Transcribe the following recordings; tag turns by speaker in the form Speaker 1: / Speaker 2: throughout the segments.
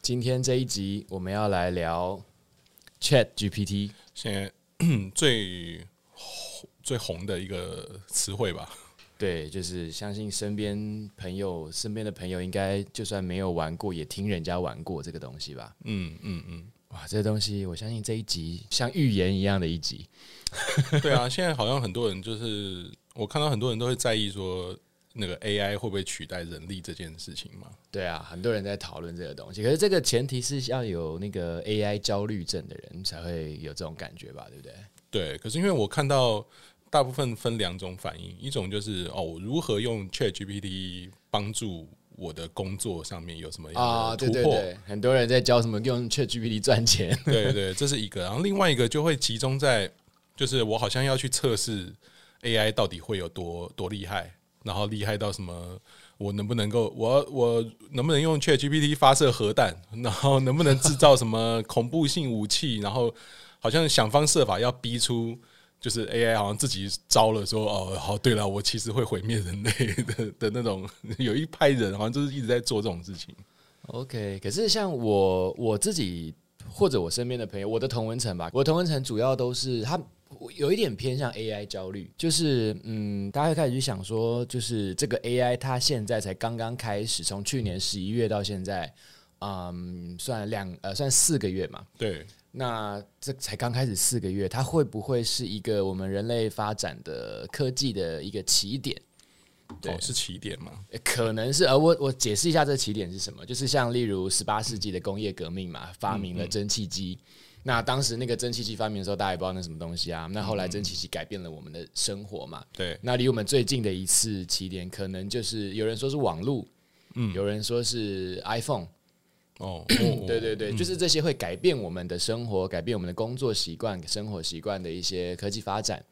Speaker 1: 今天这一集我们要来聊 Chat GPT。
Speaker 2: 现在嗯最红最红的一个词汇吧，
Speaker 1: 对，就是相信身边朋友，身边的朋友应该就算没有玩过，也听人家玩过这个东西吧。
Speaker 2: 嗯嗯嗯，
Speaker 1: 哇，这个东西我相信这一集像预言一样的一集。
Speaker 2: 对啊，现在好像很多人就是我看到很多人都会在意说那个 AI 会不会取代人力这件事情嘛，
Speaker 1: 对啊，很多人在讨论这个东西，可是这个前提是要有那个 AI 焦虑症的人才会有这种感觉吧，对不对？
Speaker 2: 对，可是因为我看到大部分分两种反应，一种就是哦，我如何用 ChatGPT 帮助我的工作上面有什么样
Speaker 1: 啊，
Speaker 2: 的突
Speaker 1: 对
Speaker 2: 破？
Speaker 1: 对对，很多人在教什么用 ChatGPT 赚钱，
Speaker 2: 对对，这是一个。然后另外一个就会集中在，就是我好像要去测试 AI 到底会有多多厉害，然后厉害到什么，我能不能够，我我能不能用 ChatGPT 发射核弹，然后能不能制造什么恐怖性武器，然后好像想方设法要逼出。就是 AI 好像自己招了说哦，好，对了，我其实会毁灭人类的 的那种，有一派人好像就是一直在做这种事情。
Speaker 1: OK，可是像我我自己或者我身边的朋友，我的同文层吧，我的同文层主要都是他有一点偏向 AI 焦虑，就是嗯，大家会开始去想说，就是这个 AI 它现在才刚刚开始，从去年十一月到现在，嗯，算两呃算四个月嘛，
Speaker 2: 对，
Speaker 1: 那这才刚开始四个月，它会不会是一个我们人类发展的科技的一个起点？对
Speaker 2: 哦，是起点嘛？
Speaker 1: 可能是呃，我我解释一下这起点是什么，就是像例如十八世纪的工业革命嘛，发明了蒸汽机。那当时那个蒸汽机发明的时候，大家也不知道那什么东西啊。那后来蒸汽机改变了我们的生活嘛。
Speaker 2: 对，
Speaker 1: 那离我们最近的一次起点，可能就是有人说是网络，嗯，有人说是 iPhone，
Speaker 2: 哦，
Speaker 1: 对对对，就是这些会改变我们的生活、改变我们的工作习惯、生活习惯的一些科技发展。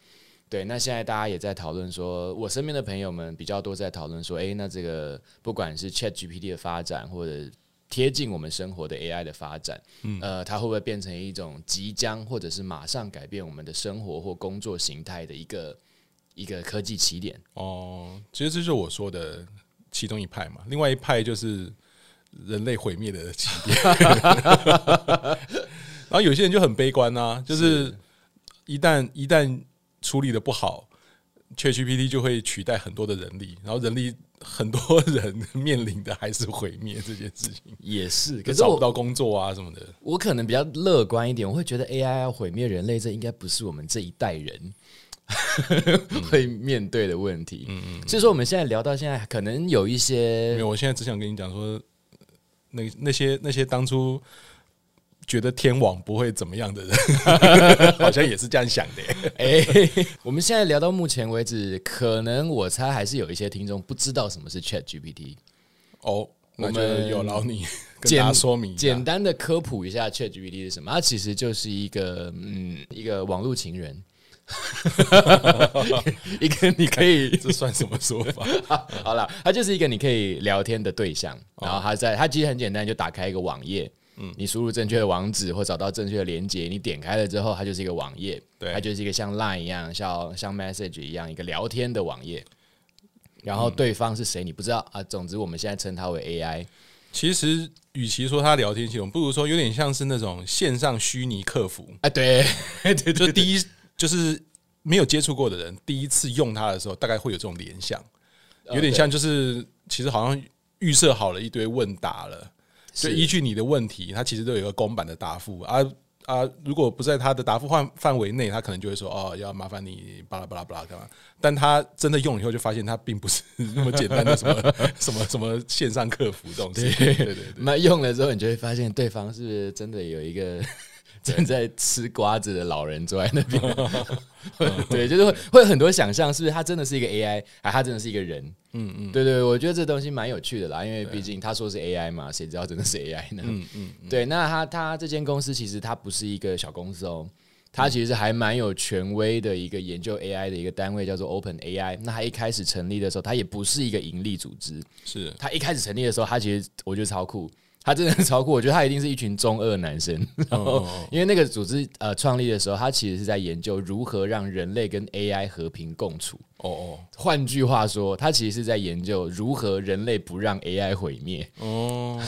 Speaker 1: 对，那现在大家也在讨论说，我身边的朋友们比较多在讨论说，诶，那这个不管是 Chat GPT 的发展，或者贴近我们生活的 AI 的发展，呃，它会不会变成一种即将或者是马上改变我们的生活或工作形态的一个一个科技起点？
Speaker 2: 哦，其实这就是我说的其中一派嘛，另外一派就是人类毁灭的起 点。然后有些人就很悲观呐、就是一旦一旦处理的不好，ChatGPT 就会取代很多的人力，然后人力 很多人面临的还是毁灭这件事情，
Speaker 1: 也是，可
Speaker 2: 就是找
Speaker 1: 我
Speaker 2: 不到工作啊什么的。
Speaker 1: 我可能比较乐观一点，我会觉得 AI 要毁灭人类，这应该不是我们这一代人 会面对的问题。嗯嗯所以说，我们现在聊到现在，可能有一
Speaker 2: 没
Speaker 1: 些
Speaker 2: 有，我现在只想跟你讲说，那那些那些当初觉得天网不会怎么样的人， 好像也是这样想的耶。
Speaker 1: 哎、我们现在聊到目前为止，可能我猜还是有一些听众不知道什么是 Chat GPT。
Speaker 2: 哦，那就
Speaker 1: 我们
Speaker 2: 有劳你跟
Speaker 1: 简
Speaker 2: 大家说明一
Speaker 1: 简
Speaker 2: 下。
Speaker 1: 单的科普一下 Chat GPT 是什么，它其实就是一个嗯一个网络情人， 一个你可以
Speaker 2: 这算什么说法？
Speaker 1: 好了，它就是一个你可以聊天的对象，然后它在它其实很简单，就打开一个网页，你输入正确的网址或找到正确的连接，你点开了之后，它就是一个网页，
Speaker 2: 对
Speaker 1: 它就是一个像 Line 一样，像像 Message 一样一个聊天的网页。然后对方是谁你不知道啊，总之我们现在称它为 AI，
Speaker 2: 其实，与其说他聊天系统，不如说有点像是那种线上虚拟客服，
Speaker 1: 啊， 对对对
Speaker 2: 就第一就是没有接触过的人，第一次用它的时候，大概会有这种联想，有
Speaker 1: 呃
Speaker 2: 点像就是其实好像预设好了一堆问答了，就是依据你的问题，它其实都有一个公版的答复啊。啊，如果不在他的答复范范围内，他可能就会说哦，要麻烦你巴拉巴拉巴拉干嘛？但他真的用了以后，就发现它并不是那么简单的什么什么什么线上客服这种事情。对对对，
Speaker 1: 那用了之后，你就会发现对方是真的有一 个正在吃瓜子的老人坐在那 边，对，就是会会有很多想象，是不是他真的是一个 AI，还他真的是一个人？嗯嗯，对对，我觉得这东西蛮有趣的啦，因为毕竟他说是 AI 嘛，谁知道真的是 AI 呢？嗯嗯，对，那他他这间公司其实它不是一个小公司哦。它其实还蛮有权威的一个研究 AI 的一个单位，叫做 Open AI。那它一开始成立的时候，它也不是一个盈利组织，
Speaker 2: 是
Speaker 1: 他一开始成立的时候，他其实我觉得超酷，他真的很超酷。我觉得他一定是一群中二男生，然后
Speaker 2: 嗯
Speaker 1: 因为那个组织呃创立的时候，他其实是在研究如何让人类跟 AI 和平共处。
Speaker 2: 哦哦
Speaker 1: 换句话说，他其实是在研究如何人类不让 AI 毁灭。
Speaker 2: 哦，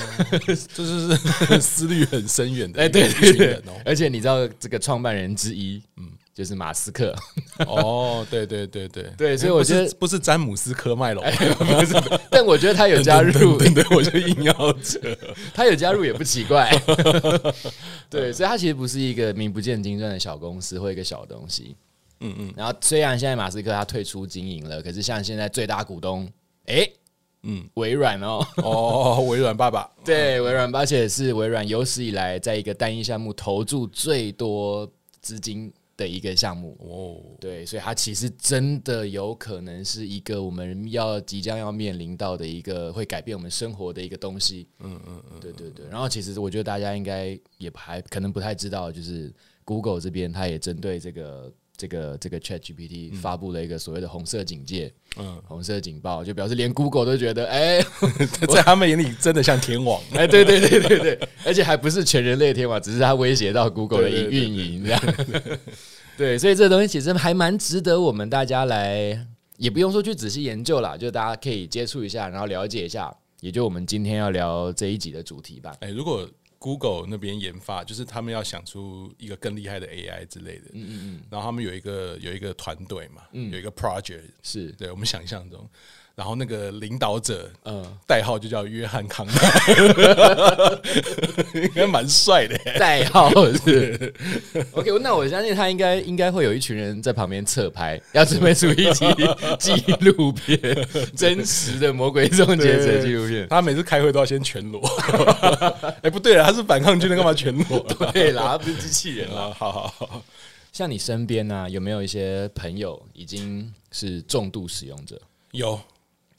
Speaker 2: 这就是思虑很深远的
Speaker 1: 哎，
Speaker 2: 一个
Speaker 1: 对
Speaker 2: 一
Speaker 1: 对
Speaker 2: 群
Speaker 1: 对
Speaker 2: 人，哦。
Speaker 1: 而且你知道这个创办人之一，嗯，就是马斯克。
Speaker 2: 哦，对对对对
Speaker 1: 对所以
Speaker 2: 哎
Speaker 1: 我
Speaker 2: 不是
Speaker 1: 觉得
Speaker 2: 不是詹姆斯科麦隆，
Speaker 1: 不是但我觉得他有加入，
Speaker 2: 对对，我就硬要扯。
Speaker 1: 他有加入也不奇 怪。对，所以他其实不是一个名不见经传的小公司或一个小东西。
Speaker 2: 嗯嗯
Speaker 1: 然后虽然现在马斯克他退出经营了，可是像现在最大股东，诶，
Speaker 2: 嗯，
Speaker 1: 微软 哦，
Speaker 2: 哦，微软爸爸，
Speaker 1: 对，微软，而且是微软有史以来在一个单一项目投注最多资金的一个项目。
Speaker 2: 哦，
Speaker 1: 对，所以它其实真的有可能是一个我们要即将要面临到的一个会改变我们生活的一个东西。
Speaker 2: 嗯嗯嗯，
Speaker 1: 对对对，然后其实我觉得大家应该也还可能不太知道，就是 Google 这边它也针对这个这个这个 Chat GPT 发布了一个所谓的红色警戒、
Speaker 2: 嗯，
Speaker 1: 红色警报，就表示连 Google 都觉得，哎、
Speaker 2: 在他们眼里真的像天网。
Speaker 1: 哎，对对对对对，而且还不是全人类天网，只是它威胁到 Google 的
Speaker 2: 对对对
Speaker 1: 运营这样。 对，所以这东西其实还蛮值得我们大家来，也不用说去仔细研究啦，就大家可以接触一下，然后了解一下，也就我们今天要聊这一集的主题吧。
Speaker 2: 哎，如果 Google 那边研发，就是他们要想出一个更厉害的 AI 之类的，嗯嗯嗯，然后他们有一个有一个团队嘛，有一个 project，
Speaker 1: 是，
Speaker 2: 对我们想象中，然后那个领导者
Speaker 1: 嗯，
Speaker 2: 代号就叫约翰康纳，应该蛮帅的。
Speaker 1: 代号是 OK，那我相信他应该应该会有一群人在旁边侧拍，要准备出 一集纪录片，真实的魔鬼终结者纪录片。
Speaker 2: 他每次开会都要先全裸， 哎、不对了，他是反抗军的，干嘛全裸？
Speaker 1: 对啦，他不是机器人啦。
Speaker 2: 啊，好好好，
Speaker 1: 像你身边呢、有没有一些朋友已经是重度使用者？
Speaker 2: 有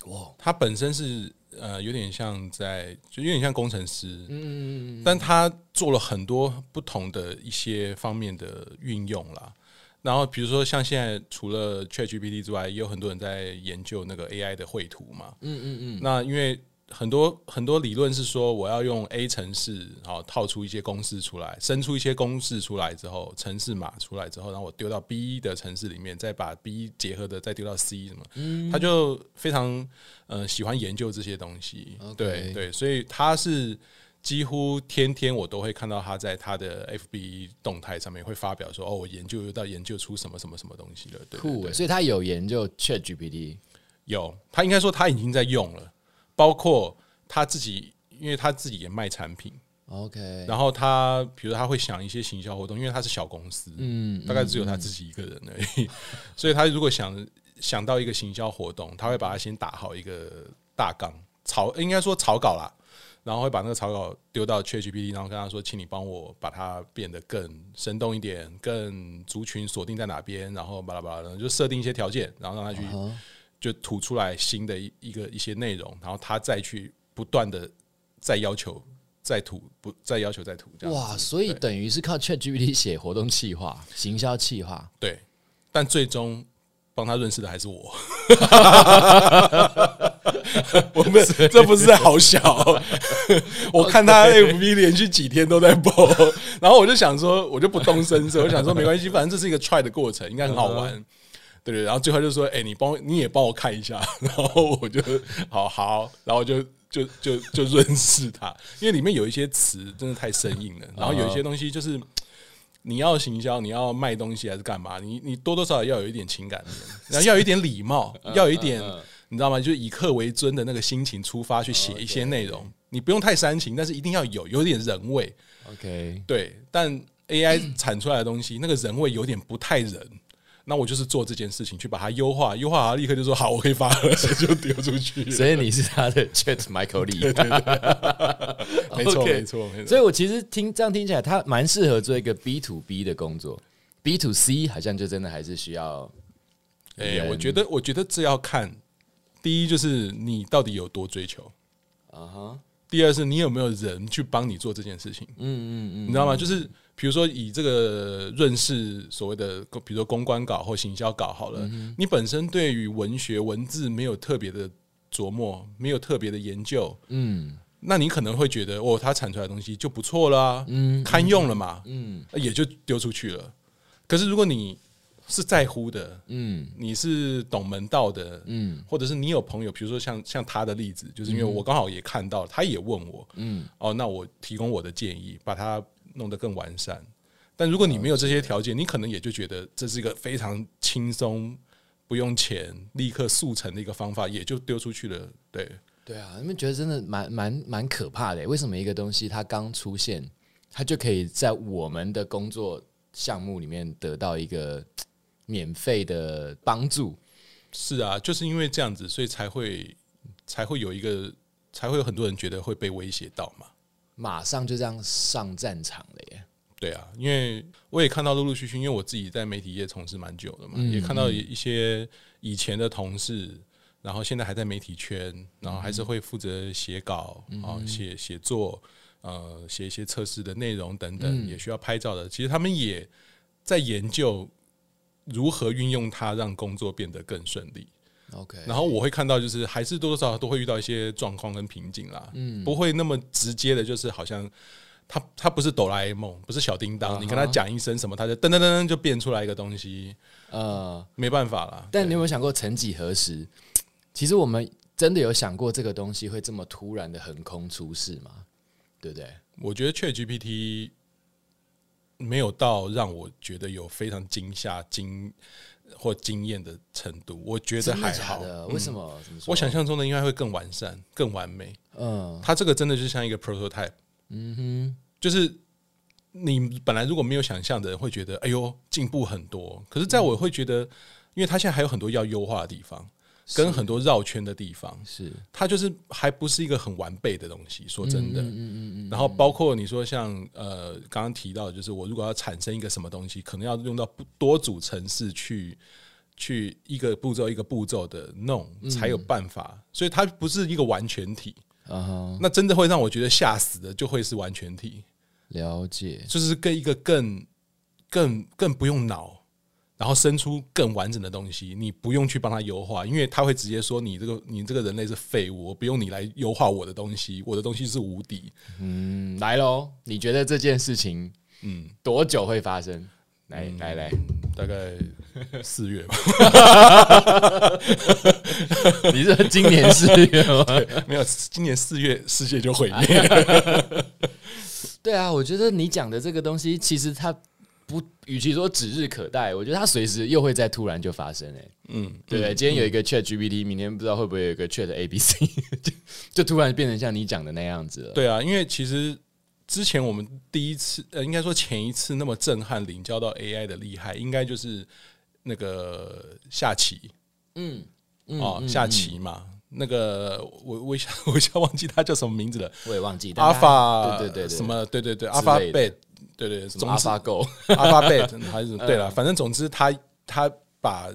Speaker 1: 哇，
Speaker 2: 他本身是呃，有点像在，就有点像工程师，
Speaker 1: 嗯，
Speaker 2: 但他做了很多不同的一些方面的运用啦。然后比如说像现在除了 ChatGPT 之外，也有很多人在研究那个 AI 的绘图嘛。嗯嗯嗯。那因为很多很多理论是说，我要用 A 城市，然后套出一些公式出来，生出一些公式出来之后，城市码出来之后，然后我丢到 B 的城市里面，再把 B 结合的再丢到 C 什么，他就非常呃喜欢研究这些东西。
Speaker 1: OK
Speaker 2: 对对，所以他是几乎天天我都会看到他在他的 FB 动态上面会发表说，哦，我研究又到研究出什么什么什么东西了。对，
Speaker 1: 酷耶，欸所以他有研究 Chat GPT，
Speaker 2: 有他应该说他已经在用了，包括他自己，因为他自己也卖产品，
Speaker 1: OK，
Speaker 2: 然后他比如他会想一些行销活动，因为他是小公司，
Speaker 1: 嗯
Speaker 2: 大概只有他自己一个人而已， 所以他如果想想到一个行销活动，他会把它先打好一个大纲草，应该说草稿啦，然后会把那个草稿丢到 ChatGPT，然后跟他说，请你帮我把它变得更生动一点，更族群锁定在哪边，然后巴拉巴拉，然后就设定一些条件，然后让他去
Speaker 1: 嗯哼
Speaker 2: 就吐出来新的一一个一些内容，然后他再去不断的再要求。再吐不再要求再吐这样子
Speaker 1: 哇，所以等于是靠 Chat GPT 写活动企划、行销企划，
Speaker 2: 对，但最终帮他认识的还是我。 我们这不是在好小， 我看他 FB 连续几天都在播，然后我就想说，我就不动声色，我想说没关系，反正这是一个 try 的过程，应该很好玩。对对，然后最后就说：“哎、你帮你也帮我看一下。”然后我就好好，然后就就就就认识他，因为里面有一些词真的太生硬了，然后有一些东西就是你要行销，你要卖东西还是干嘛？你你多多少少要有一点情感面，然后要有一点 礼貌，
Speaker 1: 嗯
Speaker 2: 要有一点你知道吗？就以客为尊的那个心情出发去写一
Speaker 1: 哦
Speaker 2: 些内容，你不用太煽情，但是一定要有有点人味。
Speaker 1: OK，
Speaker 2: 对，但 AI 产出来的东西，那个人味有点不太人。那我就是做这件事情去把它优化，优化好立刻就说好，我可以发了， 就丢出去了。
Speaker 1: 所以你是他的 Chat Michael Lee，
Speaker 2: 没错，
Speaker 1: OK
Speaker 2: 没错，没错。
Speaker 1: 所以我其实听这样听起来，他蛮适合做一个 B to B 的工作，B to C 好像就真的还是需要
Speaker 2: 哎、
Speaker 1: 人
Speaker 2: 我觉得，我觉得这要看，第一就是你到底有多追求，
Speaker 1: 啊哈，
Speaker 2: 第二是你有没有人去帮你做这件事情，
Speaker 1: 嗯嗯嗯，
Speaker 2: 你知道吗？就是比如说以这个润饰所谓的，比如说公关稿或行销稿好
Speaker 1: 嗯
Speaker 2: 了，你本身对于文学文字没有特别的琢磨，没有特别的研究，
Speaker 1: 嗯，
Speaker 2: 那你可能会觉得，哦，它产出来的东西就不错啦，嗯，堪用了嘛，嗯，也就丢出去了。可是如果你是在乎的，
Speaker 1: 嗯
Speaker 2: 你是懂门道的，
Speaker 1: 嗯
Speaker 2: 或者是你有朋友，比如说像像他的例子，就是因为我刚好也看到，他也问我，
Speaker 1: 嗯，
Speaker 2: 哦，那我提供我的建议，把它弄得更完善。但如果你没有这些条件，你可能也就觉得这是一个非常轻松、不用钱、立刻速成的一个方法，也就丢出去了。对，
Speaker 1: 对啊，你们觉得真的蛮蛮蛮可怕的耶？为什么一个东西它刚出现，它就可以在我们的工作项目里面得到一个嘖免费的帮助？
Speaker 2: 是啊，就是因为这样子，所以才会才会有一个才会有很多人觉得会被威胁到嘛。
Speaker 1: 马上就这样上战场了耶！
Speaker 2: 对啊，因为我也看到陆陆续续，因为我自己在媒体业从事蛮久的嘛，也看到一些以前的同事，然后现在还在媒体圈，然后还是会负责写稿啊、写写作，呃，写一些测试的内容等等，也需要拍照的。其实他们也在研究如何运用它，让工作变得更顺利。
Speaker 1: OK，
Speaker 2: 然后我会看到，就是还是多多少少都会遇到一些状况跟瓶颈啦，嗯，不会那么直接的，就是好像他他不是哆啦 A 梦，不是小叮
Speaker 1: 啊
Speaker 2: 当，你跟他讲一声什么，他就噔噔噔噔就变出来一个东西，
Speaker 1: 呃，
Speaker 2: 没办法啦。
Speaker 1: 但你有没有想过，曾几何时，其实我们真的有想过这个东西会这么突然的横空出世吗？对不对？
Speaker 2: 我觉得 ChatGPT 没有到让我觉得有非常惊吓、惊或惊艳的程度，我觉得
Speaker 1: 真的
Speaker 2: 还
Speaker 1: 假
Speaker 2: 好。嗯
Speaker 1: 的？为什么？怎么说
Speaker 2: 我想，象中的应该会更完善、更完美。
Speaker 1: 嗯
Speaker 2: 它这个真的就像一个 prototype，
Speaker 1: 嗯哼，
Speaker 2: 就是你本来如果没有想象的人会觉得，哎呦，进步很多。可是，在
Speaker 1: 嗯
Speaker 2: 我会觉得，因为他现在还有很多要优化的地方，跟很多绕圈的地方，
Speaker 1: 是
Speaker 2: 它就是还不是一个很完备的东西。说真的，
Speaker 1: 嗯嗯嗯
Speaker 2: 然后包括你说像呃刚刚提到的，就是我如果要产生一个什么东西，可能要用到不多组程式去去一个步骤一个步骤的弄，才有办法。所以它不是一个完全体。
Speaker 1: 嗯，啊哈，
Speaker 2: 那真的会让我觉得吓死的，就会是完全体。
Speaker 1: 了解。
Speaker 2: 就是跟一个更更更不用脑，然后生出更完整的东西，你不用去帮他优化，因为他会直接说你这个你这个人类是废物，我不用你来优化我的东西，我的东西是无敌。
Speaker 1: 嗯，来喽！你觉得这件事情
Speaker 2: 嗯，
Speaker 1: 多久会发生？来、来来，
Speaker 2: 大概四月吧，
Speaker 1: 你是说今年四月 吗？
Speaker 2: 没有，今年四月世界就毁灭了。
Speaker 1: 对啊，我觉得你讲的这个东西，其实它不，与其说指日可待，我觉得它随时又会再突然就发生、欸。
Speaker 2: 嗯，
Speaker 1: 对不对？今天有一个 Chat GPT，明天不知道会不会有一个 Chat ABC，就 就突然变成像你讲的那样子了。
Speaker 2: 对啊，因为其实之前我们第一次，呃，应该说前一次那么震撼领教到 AI 的厉害，应该就是那个下棋。
Speaker 1: 嗯，
Speaker 2: 哦，下棋嘛。那个我我一下 我一下忘记他叫什么名字了，
Speaker 1: 我也忘记。但
Speaker 2: 阿
Speaker 1: 它对
Speaker 2: 法
Speaker 1: 对对对
Speaker 2: 什么对对对阿
Speaker 1: 之
Speaker 2: 法
Speaker 1: 类
Speaker 2: 贝对对
Speaker 1: 什么嗯
Speaker 2: 总之
Speaker 1: AlphaGo，
Speaker 2: 阿法贝还是对了，反正总之他他把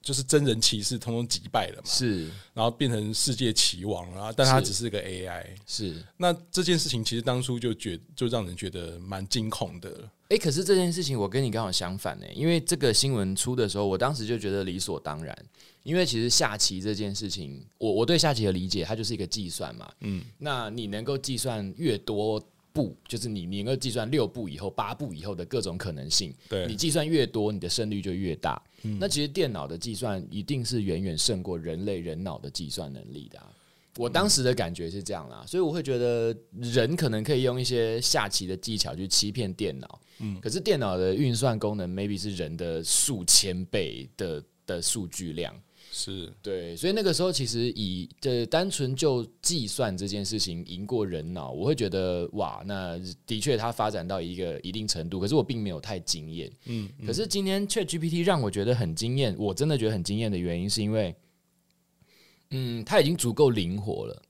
Speaker 2: 就是真人骑士通通击败了嘛，
Speaker 1: 是
Speaker 2: 然后变成世界棋王了，但他
Speaker 1: 是
Speaker 2: 只是个 AI。
Speaker 1: 是。
Speaker 2: 那这件事情其实当初就觉就让人觉得蛮惊恐的，
Speaker 1: 哎、可是这件事情我跟你刚好相反呢、因为这个新闻出的时候，我当时就觉得理所当然，因为其实下棋这件事情，我我对下棋的理解，它就是一个计算嘛，嗯，那你能够计算越多步，就是你你能够计算六步以后、八步以后的各种可能性，
Speaker 2: 对
Speaker 1: 你计算越多，你的胜率就越大。那其实电脑的计算一定是远远胜过人类人脑的计算能力的啊、我当时的感觉是这样啦，所以我会觉得人可能可以用一些下棋的技巧去欺骗电脑，嗯，可是电脑的运算功能 maybe 是人的数千倍的的数据量，
Speaker 2: 是
Speaker 1: 对，所以那个时候其实以这单纯就计算这件事情赢过人脑，我会觉得哇，那的确它发展到一个一定程度，可是我并没有太惊艳。嗯，可是今天 Chat GPT 让我觉得很惊艳，我真的觉得很惊艳的原因是因为，嗯，它已经足够灵活了。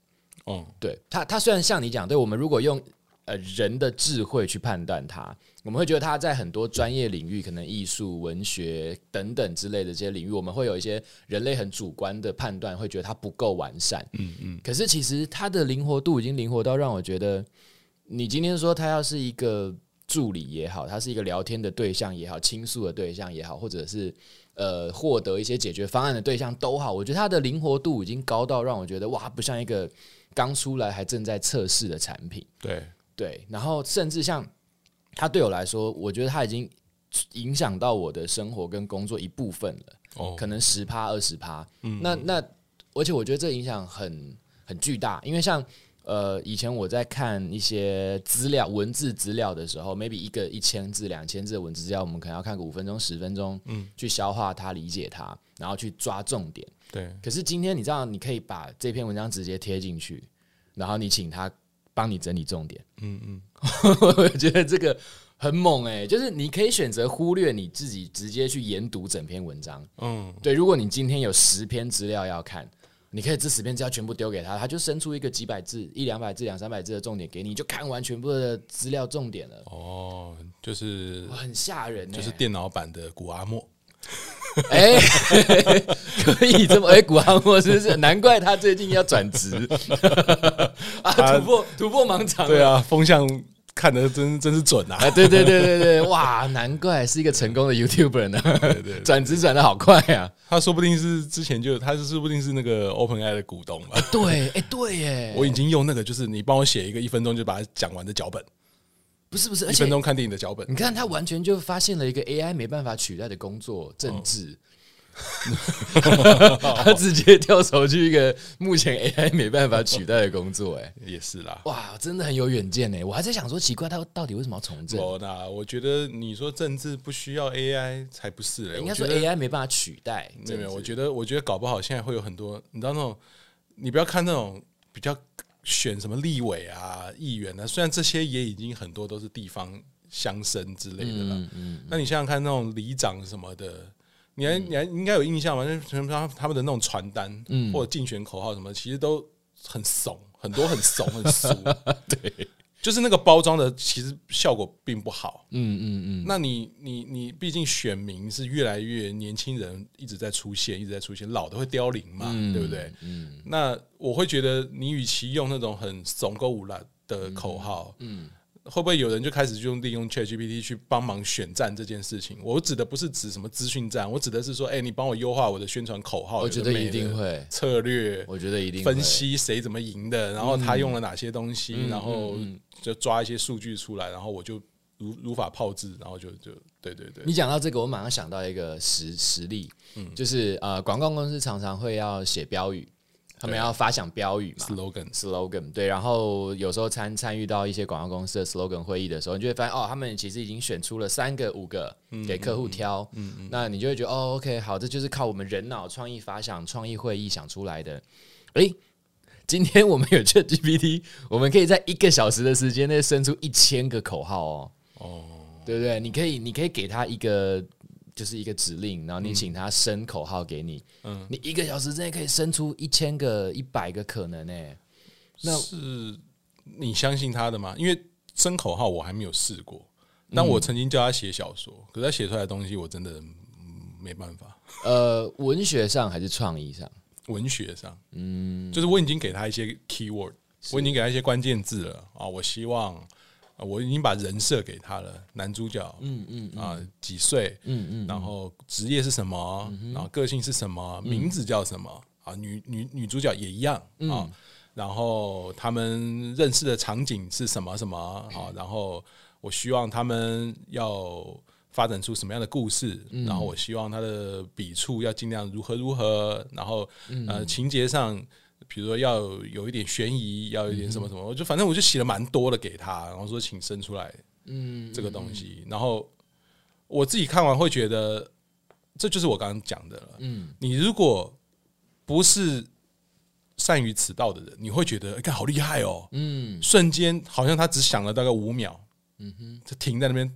Speaker 2: 哦，
Speaker 1: 对它，它虽然像你讲，对我们如果用呃人的智慧去判断它，我们会觉得它在很多专业领域，可能艺术、文学等等之类的这些领域，我们会有一些人类很主观的判断，会觉得它不够完善。嗯嗯。可是其实它的灵活度已经灵活到让我觉得，你今天说它要是一个助理也好，他是一个聊天的对象也好，倾诉的对象也好，或者是呃获得一些解决方案的对象都好，我觉得它的灵活度已经高到让我觉得哇，不像一个刚出来还正在测试的产品。
Speaker 2: 对，
Speaker 1: 对，然后甚至像它对我来说，我觉得它已经影响到我的生活跟工作一部分了。
Speaker 2: 哦，
Speaker 1: 可能十趴二十趴。那那而且我觉得这影响很很巨大，因为像呃以前我在看一些资料文字资料的时候，maybe 一个一千字两千字的文字资料，我们可能要看个五分钟十分钟，嗯，去消化它、理解它，然后去抓重点。
Speaker 2: 对，
Speaker 1: 可是今天你知道，你可以把这篇文章直接贴进去，然后你请他帮你整理重点。
Speaker 2: 嗯嗯，
Speaker 1: 我觉得这个很猛哎、就是你可以选择忽略你自己，直接去研读整篇文章。
Speaker 2: 嗯，
Speaker 1: 对，如果你今天有十篇资料要看，你可以这十篇资料全部丢给他，他就生出一个几百字、一两百字、两三百字的重点给你，你就看完全部的资料重点了。
Speaker 2: 哦，就是
Speaker 1: 哇，很吓人、欸，
Speaker 2: 就 是电脑版的古阿莫，
Speaker 1: 哎、可以这么哎、古阿莫是不是？难怪他最近要转职 啊，突破突破盲场了
Speaker 2: 对啊，风向看的真真是准啊，
Speaker 1: 啊，对对对对对，哇，难怪是一个成功的 YouTuber 呢， 转职转的好快啊！
Speaker 2: 他说不定是之前就他是说不定是那个 OpenAI 的股东吧，
Speaker 1: 对，哎、对耶，
Speaker 2: 我已经用那个就是你帮我写一个一分钟就把它讲完的脚本，
Speaker 1: 不是不是，而
Speaker 2: 一
Speaker 1: 且
Speaker 2: 分钟看电影的脚本
Speaker 1: 你，看，他完全就发现了一个 AI 没办法取代的工
Speaker 2: 嗯
Speaker 1: 作——政治。 他直接跳槽去一个目前 AI 没办法取代的工作、哎，
Speaker 2: 也是啦。
Speaker 1: 哇，真的很有远见哎！我还在想说，奇怪，他到底为什么要从政？
Speaker 2: 哦，那我觉得你说政治不需要 AI 才不是嘞，
Speaker 1: 应
Speaker 2: 我
Speaker 1: 该
Speaker 2: 觉
Speaker 1: 说
Speaker 2: 得
Speaker 1: AI 没办法取代
Speaker 2: 没有没有，
Speaker 1: 政
Speaker 2: 我
Speaker 1: 治
Speaker 2: 觉得我觉得搞不好现在会有很多，你知道那种，你不要看那种比较选什么立委啊、议员啊，虽然这些也已经很多都是地方乡绅之类的了，
Speaker 1: 嗯嗯，
Speaker 2: 那你想想看那种里长什么的。你还你还应该有印象吧？那全部他他们的那种传单，
Speaker 1: 嗯
Speaker 2: 或者竞选口号什么，其实都很怂，很多很怂很俗。
Speaker 1: 对，
Speaker 2: 就是那个包装的，其实效果并不好。
Speaker 1: 嗯嗯嗯，
Speaker 2: 那你你你，毕竟选民是越来越年轻人一直在出现，一直在出现，老的会凋零嘛，
Speaker 1: 嗯
Speaker 2: 对不对？？
Speaker 1: 嗯
Speaker 2: 那我会觉得，你与其用那种很怂勾无赖的口号，
Speaker 1: 嗯，
Speaker 2: 会不会有人就开始就用利用 ChatGPT 去帮忙选战这件事情？我指的不是指什么资讯战，我指的是说，哎、你帮我优化我的宣传口号，
Speaker 1: 我觉得
Speaker 2: 哦有的没
Speaker 1: 一
Speaker 2: 的
Speaker 1: 定会，
Speaker 2: 策略
Speaker 1: 我觉得一定会
Speaker 2: 分。析谁怎么赢的，然后他用了哪些东西，
Speaker 1: 嗯
Speaker 2: 然后
Speaker 1: 嗯嗯
Speaker 2: 就抓一些数据出来，然后我就如如法炮制，然后就就对对对，
Speaker 1: 你讲到这个，我马上想到一个实实例，
Speaker 2: 嗯
Speaker 1: 就是呃，广告公司常常会要写标语，他们
Speaker 2: 对
Speaker 1: 要发想标语嘛
Speaker 2: slogan
Speaker 1: ，slogan 对，然后有时候参参与到一些广告公司的 slogan 会议的时候，你就会发现哦，他们其实已经选出了三个、五个
Speaker 2: 嗯
Speaker 1: 给客户挑，那你就会觉得哦，OK，好，这就是靠我们人脑创意发想、创意会议想出来的。诶，今天我们有 ChatGPT，我们可以在一个小时的时间内生出一千个口号哦。
Speaker 2: 哦，
Speaker 1: 对不对？你可以，你可以给他一个就是一个指令，然后你请他生口号给你，
Speaker 2: 嗯
Speaker 1: 你一个小时之内可以生出一千个、一百个可能呢、欸那
Speaker 2: 是你相信他的吗？因为真口号我还没有试过，但
Speaker 1: 嗯
Speaker 2: 我曾经叫他写小说，可是他写出来的东西我真的、嗯没办法。
Speaker 1: 呃，文学上还是创意上，
Speaker 2: 文学上，嗯，就是我已经给他一些 keyword，我已经给他一些关键字了啊，我希望。啊我已经把人设给他了，男主角，嗯嗯啊，几岁，
Speaker 1: 嗯嗯，
Speaker 2: 然后职业是什么，然后个性是什么，名字叫什么啊？女女女主角也一样啊。然后他们认识的场景是什么什么啊？然后我希望他们要发展出什么样的故事，然后我希望他的笔触要尽量如何如何，然后呃
Speaker 1: 嗯
Speaker 2: 情节上。比如说要有一点悬疑，要有一点
Speaker 1: 嗯
Speaker 2: 什么什么，我就反正我就写了蛮多的给他，然后说请生出来，
Speaker 1: 嗯，
Speaker 2: 这个东西。然后我自己看完会觉得，这就是我刚刚讲的了。嗯，你如果不是善于此道的人，你会觉得，哎、看好厉害哦！
Speaker 1: 嗯
Speaker 2: 瞬间好像他只想了大概五秒，嗯哼，就停在那边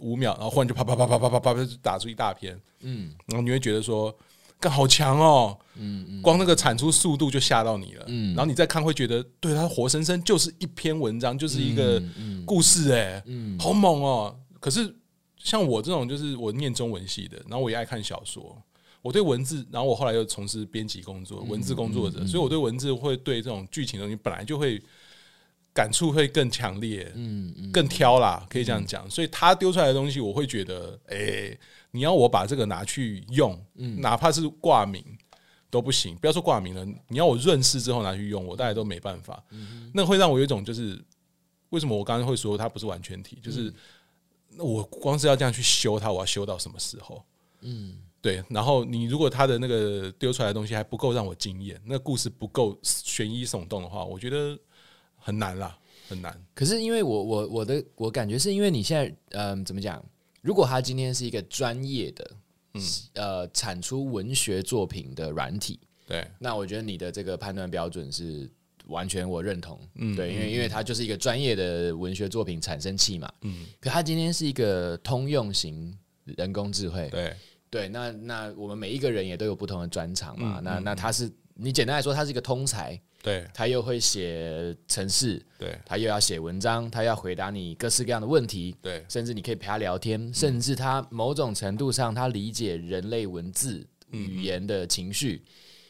Speaker 2: 五秒，然后忽然就啪啪啪啪啪啪啪啪就打出一大片，
Speaker 1: 嗯
Speaker 2: 然后你会觉得说。干好强哦！
Speaker 1: 嗯嗯
Speaker 2: 光那个产出速度就吓到你了，
Speaker 1: 嗯
Speaker 2: 然后你再看会觉得，对他活生生就是一篇文章，就是一个
Speaker 1: 嗯
Speaker 2: 故事哎、
Speaker 1: 嗯
Speaker 2: 好猛哦！可是像我这种，就是我念中文系的，然后我也爱看小说，我对文字，然后我后来又从
Speaker 1: 嗯
Speaker 2: 事编辑工作，文字工作者，所以我对文字会对这种剧情的东西本来就会感触会更强烈，
Speaker 1: 嗯嗯，
Speaker 2: 更挑啦，可以这样讲。所以他丢出来的东西，我会觉得，哎、你要我把这个拿去用，
Speaker 1: 嗯
Speaker 2: 哪怕是挂名都不行。不要说挂名了，你要我认识之后拿去用，我大概都没办法。那会让我有一种就是，为什么我刚刚会说它不是完全体，就是那我光是要这样去修它，我要修到什么时候？嗯。对，然后你如果它的那个丢出来的东西还不够让我惊艳，那故事不够悬疑耸动的话，我觉得很难啦，很难。
Speaker 1: 可是因为我我我的我感觉是因为你现在嗯、怎么讲？如果他今天是一个专业的，嗯呃产出文学作品的软体，
Speaker 2: 对，
Speaker 1: 那我觉得你的这个判断标准是完全我认同，嗯，对，因为因为它就是一个专业的文学作品产生器嘛，嗯，可它今天是一个通用型人工智慧，
Speaker 2: 对，
Speaker 1: 对，那那我们每一个人也都有不同的专长嘛，那那它是你简单来说，它是一个通才，
Speaker 2: 对，
Speaker 1: 它又会写程式，
Speaker 2: 对，
Speaker 1: 它又要写文章，它要回答你各式各样的问题。
Speaker 2: 对，
Speaker 1: 甚至你可以陪他聊天，甚至他某种程度上他理解人类文字语言的情绪。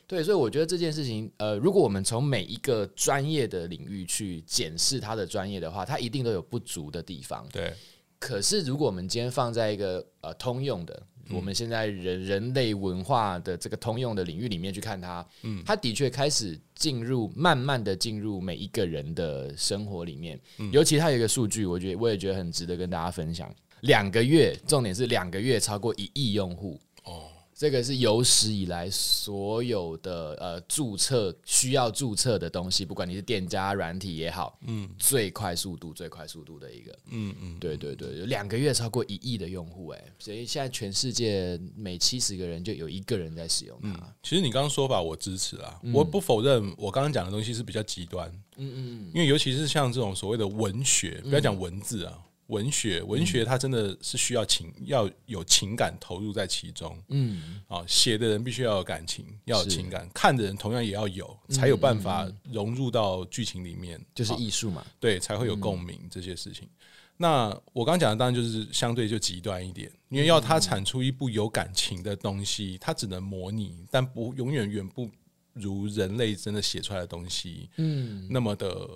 Speaker 1: 对，所以我觉得这件事情，呃，如果我们从每一个专业的领域去检视他的专业的话，他一定都有不足的地方。
Speaker 2: 对，
Speaker 1: 可是如果我们今天放在一个呃通用的，
Speaker 2: 嗯
Speaker 1: 我们现在人人类文化的这个通用的领域里面去看它，嗯，它的确开始进入，慢慢的进入每一个人的生活里面。
Speaker 2: 嗯
Speaker 1: 尤其它有一个数据，我觉得我也觉得很值得跟大家分享。两个月，重点是两个月超过一亿用户，
Speaker 2: 哦，
Speaker 1: 这个是有史以来所有的呃注册需要注册的东西，不管你是店家软体也好，
Speaker 2: 嗯
Speaker 1: 最快速度最快速度的一个。
Speaker 2: 嗯嗯，
Speaker 1: 对对对，有两个月超过一亿的用户哎、所以现在全世界每七十个人就有一个人在使用它。
Speaker 2: 其实你刚刚说法我支持啦，
Speaker 1: 嗯
Speaker 2: 我不否认我刚刚讲的东西是比较极端，嗯嗯，因为尤其是像这种所谓的文学，不要讲文字啊。文
Speaker 1: 嗯
Speaker 2: 学，文学它真的是需要情，要有情感投入在其中
Speaker 1: 嗯，
Speaker 2: 啊。写的人必须要有感情，要有
Speaker 1: 是嗯
Speaker 2: 情感；看的人同样也要有，才有办法融入到剧情里面。
Speaker 1: 就是
Speaker 2: 啊
Speaker 1: 艺术嘛。
Speaker 2: 对，才会有共鸣这些事情。那我刚讲的当然就是相对就极端一点，因为要它产出一部有感情的东西，它只能模拟，但不永远远不如人类真的写出来的东西，嗯，那么的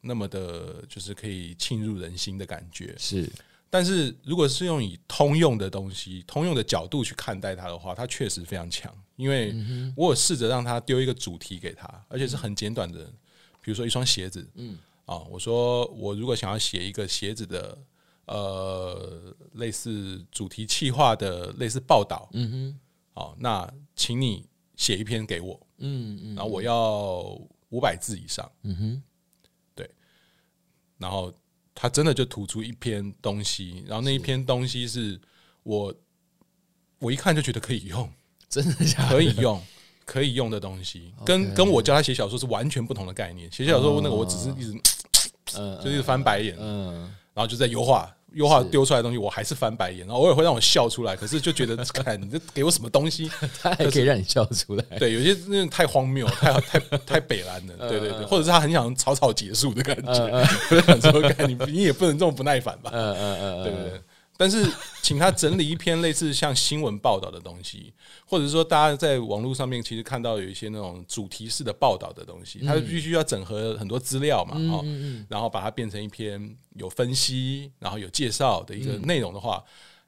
Speaker 2: 那么的，就是可以沁入人心的感觉。
Speaker 1: 是，
Speaker 2: 但是如果是用以通用的东西、通用的角度去看待它的话，它确实非常强。因为我有试着让他丢一个主题给他，而且是很简短的，比如说一双鞋子，嗯，啊，我说我如果想要写一个鞋子的呃类似主题企划的类似报道，嗯哼，哦，那请你写一篇给我，
Speaker 1: 嗯嗯
Speaker 2: 然后我要五百字以上，
Speaker 1: 嗯哼，
Speaker 2: 然后他真的就吐出一篇东西，然后那一篇东西是我我一看就觉得可以 用，
Speaker 1: 真的假的？
Speaker 2: 可以用，可以用的东西，跟跟我教他写小说是完全不同的概念。写小说那个我只是一直
Speaker 1: 嗯
Speaker 2: 就一直翻白眼，
Speaker 1: 嗯，
Speaker 2: 然后就在优化。优化丢出来的东西，我还是翻白眼，然后偶尔会让我笑出来，可是就觉得， 看你这给我什么 东西？
Speaker 1: 它还可以让你笑出来。
Speaker 2: 对，有些那种太荒谬，太太太北蓝
Speaker 1: 嗯
Speaker 2: 了，对对对，或者是他很想草草结束的感觉， 我就想说，看你你也不能这么不耐烦吧？
Speaker 1: 嗯嗯嗯
Speaker 2: 对不对？呃但是，请他整理一篇类似像新闻报道的东西， 或者说大家在网络上面其实看到有一些那种主题式的报道的东西，他必须要整合很多资料嘛，哦，然后把它变成一篇有分析，然后有介绍的一个内容的话，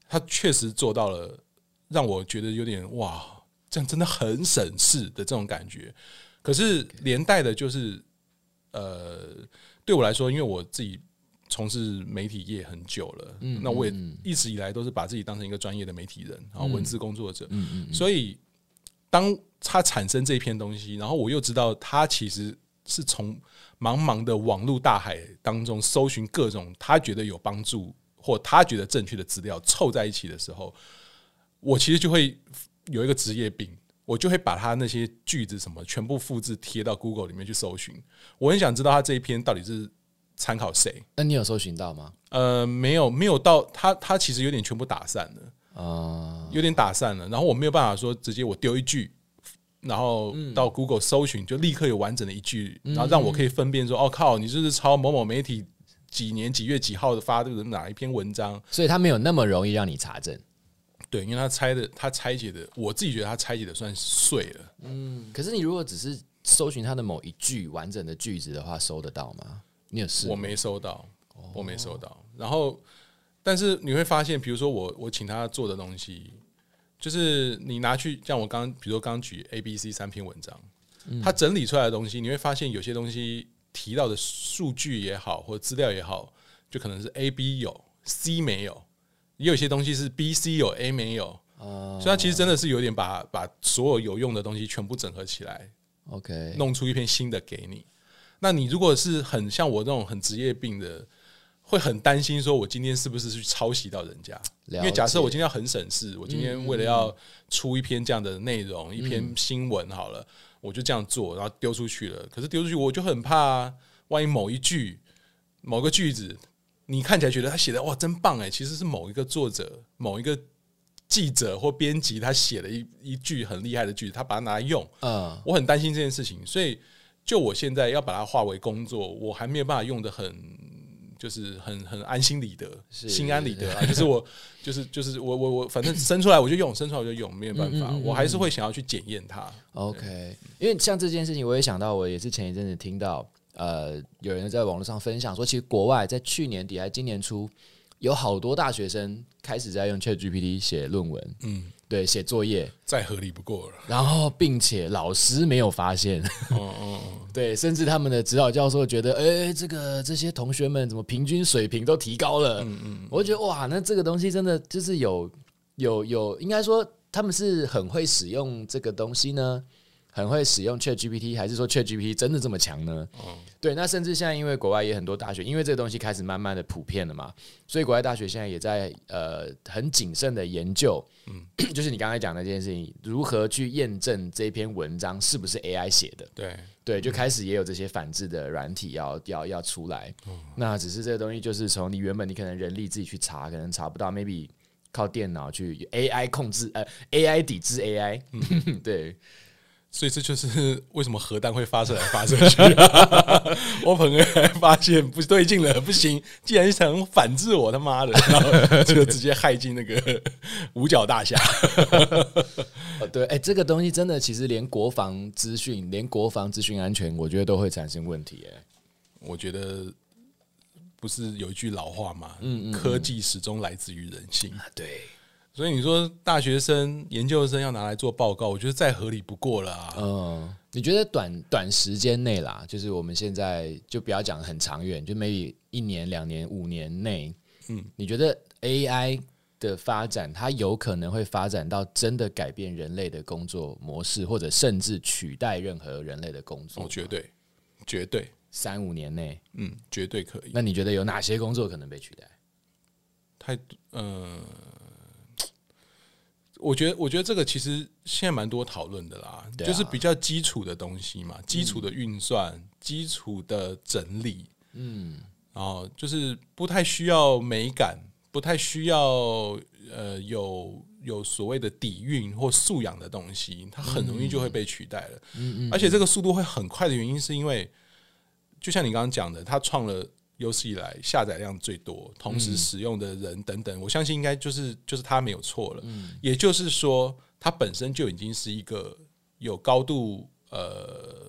Speaker 2: 他确实做到了，让我觉得有点哇，这样真的很省事的这种感觉。可是连带的就是，呃，对我来说，因为我自己从事媒体业很久了，那我也一直以来都是把自己当成一个专业的媒体人，然后文字工作者，所以当他产生这篇东西，然后我又知道他其实是从茫茫的网络大海当中搜寻各种他觉得有帮助或他觉得正确的资料凑在一起的时候，我其实就会有一个职业病。我就会把他那些句子什么全部复制贴到 Google 里面去搜寻，我很想知道他这一篇到底是参考谁，
Speaker 1: 那你有搜寻到吗？
Speaker 2: 呃，没有没有到他他其实有点全部打散了，
Speaker 1: 啊，
Speaker 2: 有点打散了。然后我没有办法说直接我丢一句，然后到 Google 搜寻就立刻有完整的一句，然后让我可以分辨说，哦靠，你这是抄某某媒体几年几月几号的发的哪一篇文章？
Speaker 1: 所以它没有那么容易让你查证。
Speaker 2: 对，因为他拆的他拆解的，我自己觉得他拆解的算碎了。
Speaker 1: 可是你如果只是搜寻它的某一句完整的句子的话，搜得到吗？你有试？
Speaker 2: 我没收到，我没收到。然后，但是你会发现，比如说我我请他做的东西，就是你拿去像我刚，比如说刚举 A、B、C 三篇文章，他整理出来的东西，你会发现有些东西提到的数据也好，或资料也好，就可能是 A、B 有，C 没有，也有些东西是 B、C 有，A 没有。
Speaker 1: 啊
Speaker 2: 所以他其实真的是有点把把所有有用的东西全部整合起来，
Speaker 1: ，OK，
Speaker 2: 弄出一篇新的给你。那你如果是很像我这种很职业病的，会很担心说我今天是不是去抄袭到人家？因为假设我今天要很省事，我今天为了要出一篇这样的内容，一篇新闻好了，我就这样做，然后丢出去了。可是丢出去我就很怕、啊，万一某一句、某个句子，你看起来觉得他写的哇真棒哎，其实是某一个作者、某一个记者或编辑他写了一一句很厉害的句子，他把它拿来用。
Speaker 1: 嗯
Speaker 2: 我很担心这件事情，所以就我现在要把它化为工作，我还没有办法用的很。就是很很安心理得，
Speaker 1: 是
Speaker 2: 心安理得啊！就是我，就是就是我我我，反正生出来我就用，生出来我就用，没有办法，我还是会想要去检验它。
Speaker 1: OK，因为像这件事情，我也想到，我也是前一阵子听到，呃，有人在网络上分享说，其实国外在去年底还今年初，有好多大学生开始在用 ChatGPT 写论文，
Speaker 2: 嗯，
Speaker 1: 对，写作业，
Speaker 2: 再合理不过了。
Speaker 1: 然后并且老师没有发现，
Speaker 2: 嗯嗯嗯，
Speaker 1: 对，甚至他们的指导教授觉得，哎、这个这些同学们怎么平均水平都提高了？嗯嗯，我就觉得哇，那这个东西真的就是有有有，应该说他们是很会使用这个东西呢，很会使用 Chat GPT，还是说 Chat GPT 真的这么强呢？对，那甚至现在因为国外也很多大学，因为这个东西开始慢慢的普遍了嘛，所以国外大学现在也在呃很谨慎的研究，嗯，就是你刚才讲的这件事情，如何去验证这篇文章是不是 AI 写的。
Speaker 2: 对，
Speaker 1: 对，就开始也有这些反制的软体要要要出来。那只是这个东西就是从你原本你可能人力自己去查，可能查不到，maybe 靠电脑去 AI 控制，呃，AI 抵制 AI。对，
Speaker 2: 所以这就是为什么核弹会发射来发射去。啊 我朋友发现不对劲了，不行，既然想反制我，他妈的，然后就直接害进那个五角大厦。
Speaker 1: 呃，对，哎、这个东西真的其实连国防资讯、连国防资讯安全，我觉得都会产生问题。哎，
Speaker 2: 我觉得不是有一句老话吗？嗯科技始终来自于人性。
Speaker 1: 对，
Speaker 2: 所以你说大学生、研究生要拿来做报告，我觉得再合理不过了啊。
Speaker 1: 嗯，你觉得短短时间内啦，就是我们现在就不要讲很长远，就 maybe 一年、两年、五年内，嗯，你觉得 AI 的发展，它有可能会发展到真的改变人类的工作模式，或者甚至取代任何人类的工作？
Speaker 2: 哦，绝对，绝对，
Speaker 1: 三五年内，
Speaker 2: 嗯，绝对可以。
Speaker 1: 那你觉得有哪些工作可能被取代？
Speaker 2: 太嗯、我觉得我觉得这个其实现在蛮多讨论的啦，
Speaker 1: 对啊
Speaker 2: 就是比较基础的东西嘛，基础的运算、基础的整理，嗯，然后就是不太需要美感，不太需要呃有有所谓的底蕴或素养的东西，它很容易就会被取代了，嗯嗯，而且这个速度会很快的原因是因为，就像你刚刚讲的，它创了。有史以来下载量最多，同时使用的人等等，我相信应该就是就是它没有错了。也就是说，它本身就已经是一个有高度呃，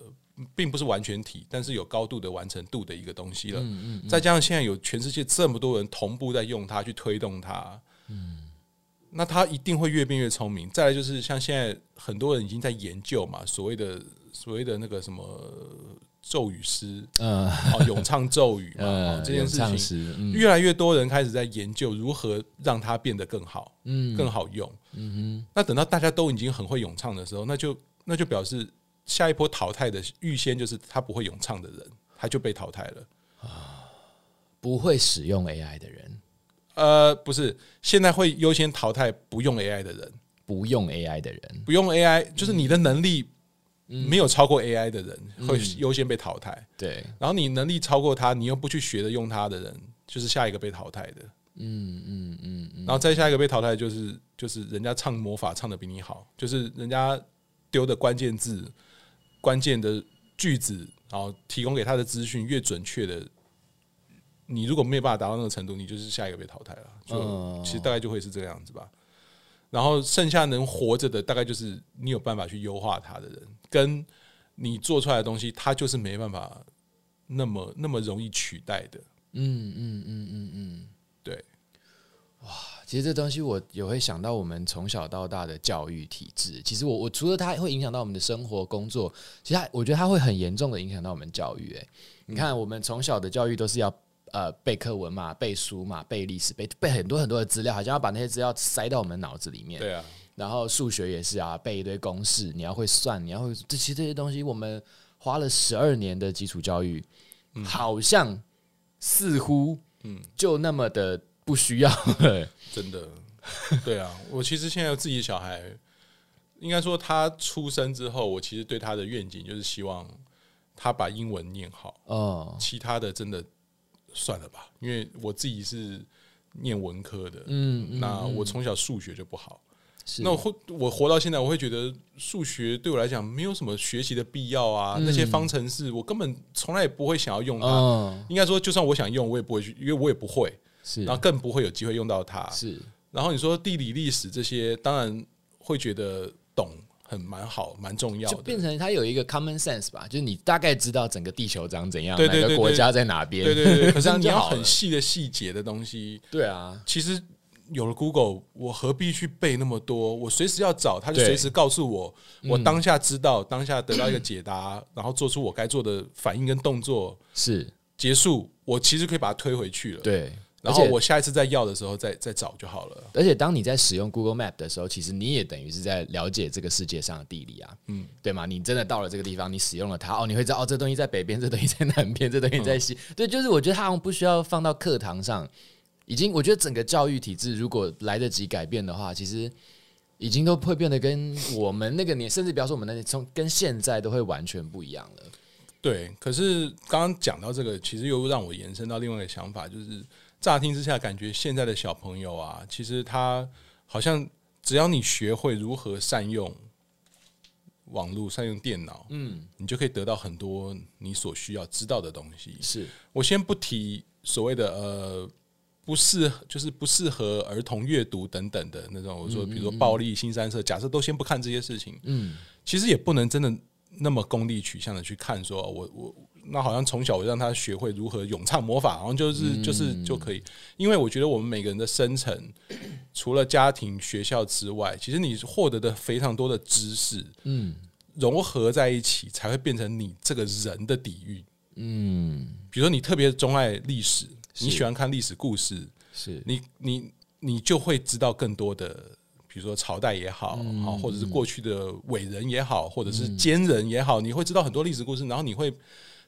Speaker 2: 并不是完全体，但是有高度的完成度的一个东西
Speaker 1: 嗯
Speaker 2: 了。再加上现在有全世界这么多人同步在用它去推动它，
Speaker 1: 嗯
Speaker 2: 那它一定会越变越聪明。再来就是像现在很多人已经在研究嘛，所谓的所谓的那个什么咒语师，
Speaker 1: 嗯
Speaker 2: 哦，咏唱咒语嘛，哦
Speaker 1: 呃，
Speaker 2: 这件
Speaker 1: 咏
Speaker 2: 事
Speaker 1: 唱
Speaker 2: 情，
Speaker 1: 师嗯
Speaker 2: 越来越多人开始在研究如何让它变得更好，嗯，更好用，嗯哼。那等到大家都已经很会咏唱的时候，那就那就表示下一波淘汰的预先就是他不会咏唱的人，他就被淘汰了。
Speaker 1: 不会使用 AI 的人，
Speaker 2: 呃，不是，现在会优先淘汰不用 AI 的人，
Speaker 1: 不用 AI 的人，
Speaker 2: 不用 AI 就是你的能力没有超过 AI 的人、会优先被淘汰，
Speaker 1: 对，
Speaker 2: 然后你能力超过他，你又不去学着用他的人，就是下一个被淘汰的。
Speaker 1: 嗯嗯嗯嗯，
Speaker 2: 然后再下一个被淘汰的就是就是人家唱魔法唱的比你好，就是人家丢的关键字、关键的句子，然后提供给他的资讯越准确的，你如果没有办法达到那个程度，你就是下一个被淘汰了。就
Speaker 1: 哦
Speaker 2: 其实大概就会是这个样子吧。然后剩下能活着的，大概就是你有办法去优化它的人，跟你做出来的东西，它就是没办法那么那么容易取代的。
Speaker 1: 嗯嗯嗯嗯嗯，
Speaker 2: 对，
Speaker 1: 其实这东西我也会想到我们从小到大的教育体制。其实我我除了它会影响到我们的生活工作，其实它我觉得它会很严重的影响到我们教育、欸。你看我们从小的教育都是要呃背课文嘛、背书嘛、背历史、背背很多很多的资料，好像要把那些资料塞到我们脑子里面。
Speaker 2: 对啊，
Speaker 1: 然后数学也是啊，背一堆公式，你要会算，你要会这其实这些东西，我们花了十二年的基础教育，好像似乎
Speaker 2: 嗯
Speaker 1: 就那么的不需要了。
Speaker 2: 真的， 对啊，我其实现在有自己的小孩，应该说他出生之后，我其实对他的愿景就是希望他把英文念好，
Speaker 1: 哦，
Speaker 2: 其他的真的算了吧，因为我自己是念文科的，
Speaker 1: 嗯，嗯
Speaker 2: 那
Speaker 1: 嗯
Speaker 2: 我从小数学就不好。
Speaker 1: 是
Speaker 2: 那我会我活到现在，我会觉得数学对我来讲没有什么学习的必要啊。那些方程式我根本从来也不会想要用它。
Speaker 1: 嗯
Speaker 2: 应该说，就算我想用，我也不会去，因为我也不会，
Speaker 1: 是
Speaker 2: 然后更不会有机会用到它。
Speaker 1: 是
Speaker 2: 然后你说地理、历史这些，当然会觉得懂很蛮好、蛮重要
Speaker 1: 就变
Speaker 2: 的。
Speaker 1: 成它有一个 common sense 吧，就是你大概知道整个地球长怎样，
Speaker 2: 对
Speaker 1: 哪
Speaker 2: 对
Speaker 1: 个
Speaker 2: 对
Speaker 1: 国
Speaker 2: 对
Speaker 1: 家在哪边，
Speaker 2: 对对对，可
Speaker 1: 这
Speaker 2: 是
Speaker 1: 样
Speaker 2: 你
Speaker 1: 就
Speaker 2: 要
Speaker 1: 好
Speaker 2: 很
Speaker 1: 了。
Speaker 2: 细的细节的东西，
Speaker 1: 对啊，
Speaker 2: 其实有了 Google，我何必去背那么多？我随时要找，他就随时告诉我，
Speaker 1: 嗯
Speaker 2: 我当下知道，当下得到一个解 答，然后做出我该做的反应跟动作，
Speaker 1: 是
Speaker 2: 结束。我其实可以把它推回去了，
Speaker 1: 对，而
Speaker 2: 然后
Speaker 1: 且
Speaker 2: 我下一次再要的时候再再找就好了。
Speaker 1: 而且当你在使用 Google Map 的时候，其实你也等于是在了解这个世界上的地理啊，嗯，对吗？你真的到了这个地方，你使用了它，哦，你会知道哦，这东西在北 边，这东西在南边，这东西在西。
Speaker 2: 嗯
Speaker 1: 对，就是我觉得它好像不需要放到课堂上，已经我觉得整个教育体制如果来得及改变的话，其实已经都会变得跟我们那个年，甚至比方说我们那年从跟现在都会完全不一样了。
Speaker 2: 对，可是刚刚讲到这个，其实又让我延伸到另外一个想法，就是乍听之下感觉现在的小朋友啊，其实他好像只要你学会如何善用网络、善用电脑，嗯，你就可以得到很多你所需要知道的东西。
Speaker 1: 是，
Speaker 2: 我先不提所谓的呃不适，就是不适合儿童阅读等等的那种，我说比如说暴力、新三色，假设都先不看这些事情，
Speaker 1: 嗯，
Speaker 2: 其实也不能真的那么功利取向的去看说，哦我我那好像从小我让他学会如何咏唱魔法，好像就是、就是就可以，因为我觉得我们每个人的生成，除了家庭、学校之外，其实你获得的非常多的知识，嗯，融合在一起才会变成你这个人的底蕴。
Speaker 1: 嗯，
Speaker 2: 比如说你特别钟爱历史，你
Speaker 1: 是
Speaker 2: 喜欢看历史故事，
Speaker 1: 是，
Speaker 2: 你你你就会知道更多的，比如说朝代也好，
Speaker 1: 嗯
Speaker 2: 好、或者是过去的伟人也好，或者是奸人也好，你会知道很多历史故事，然后你会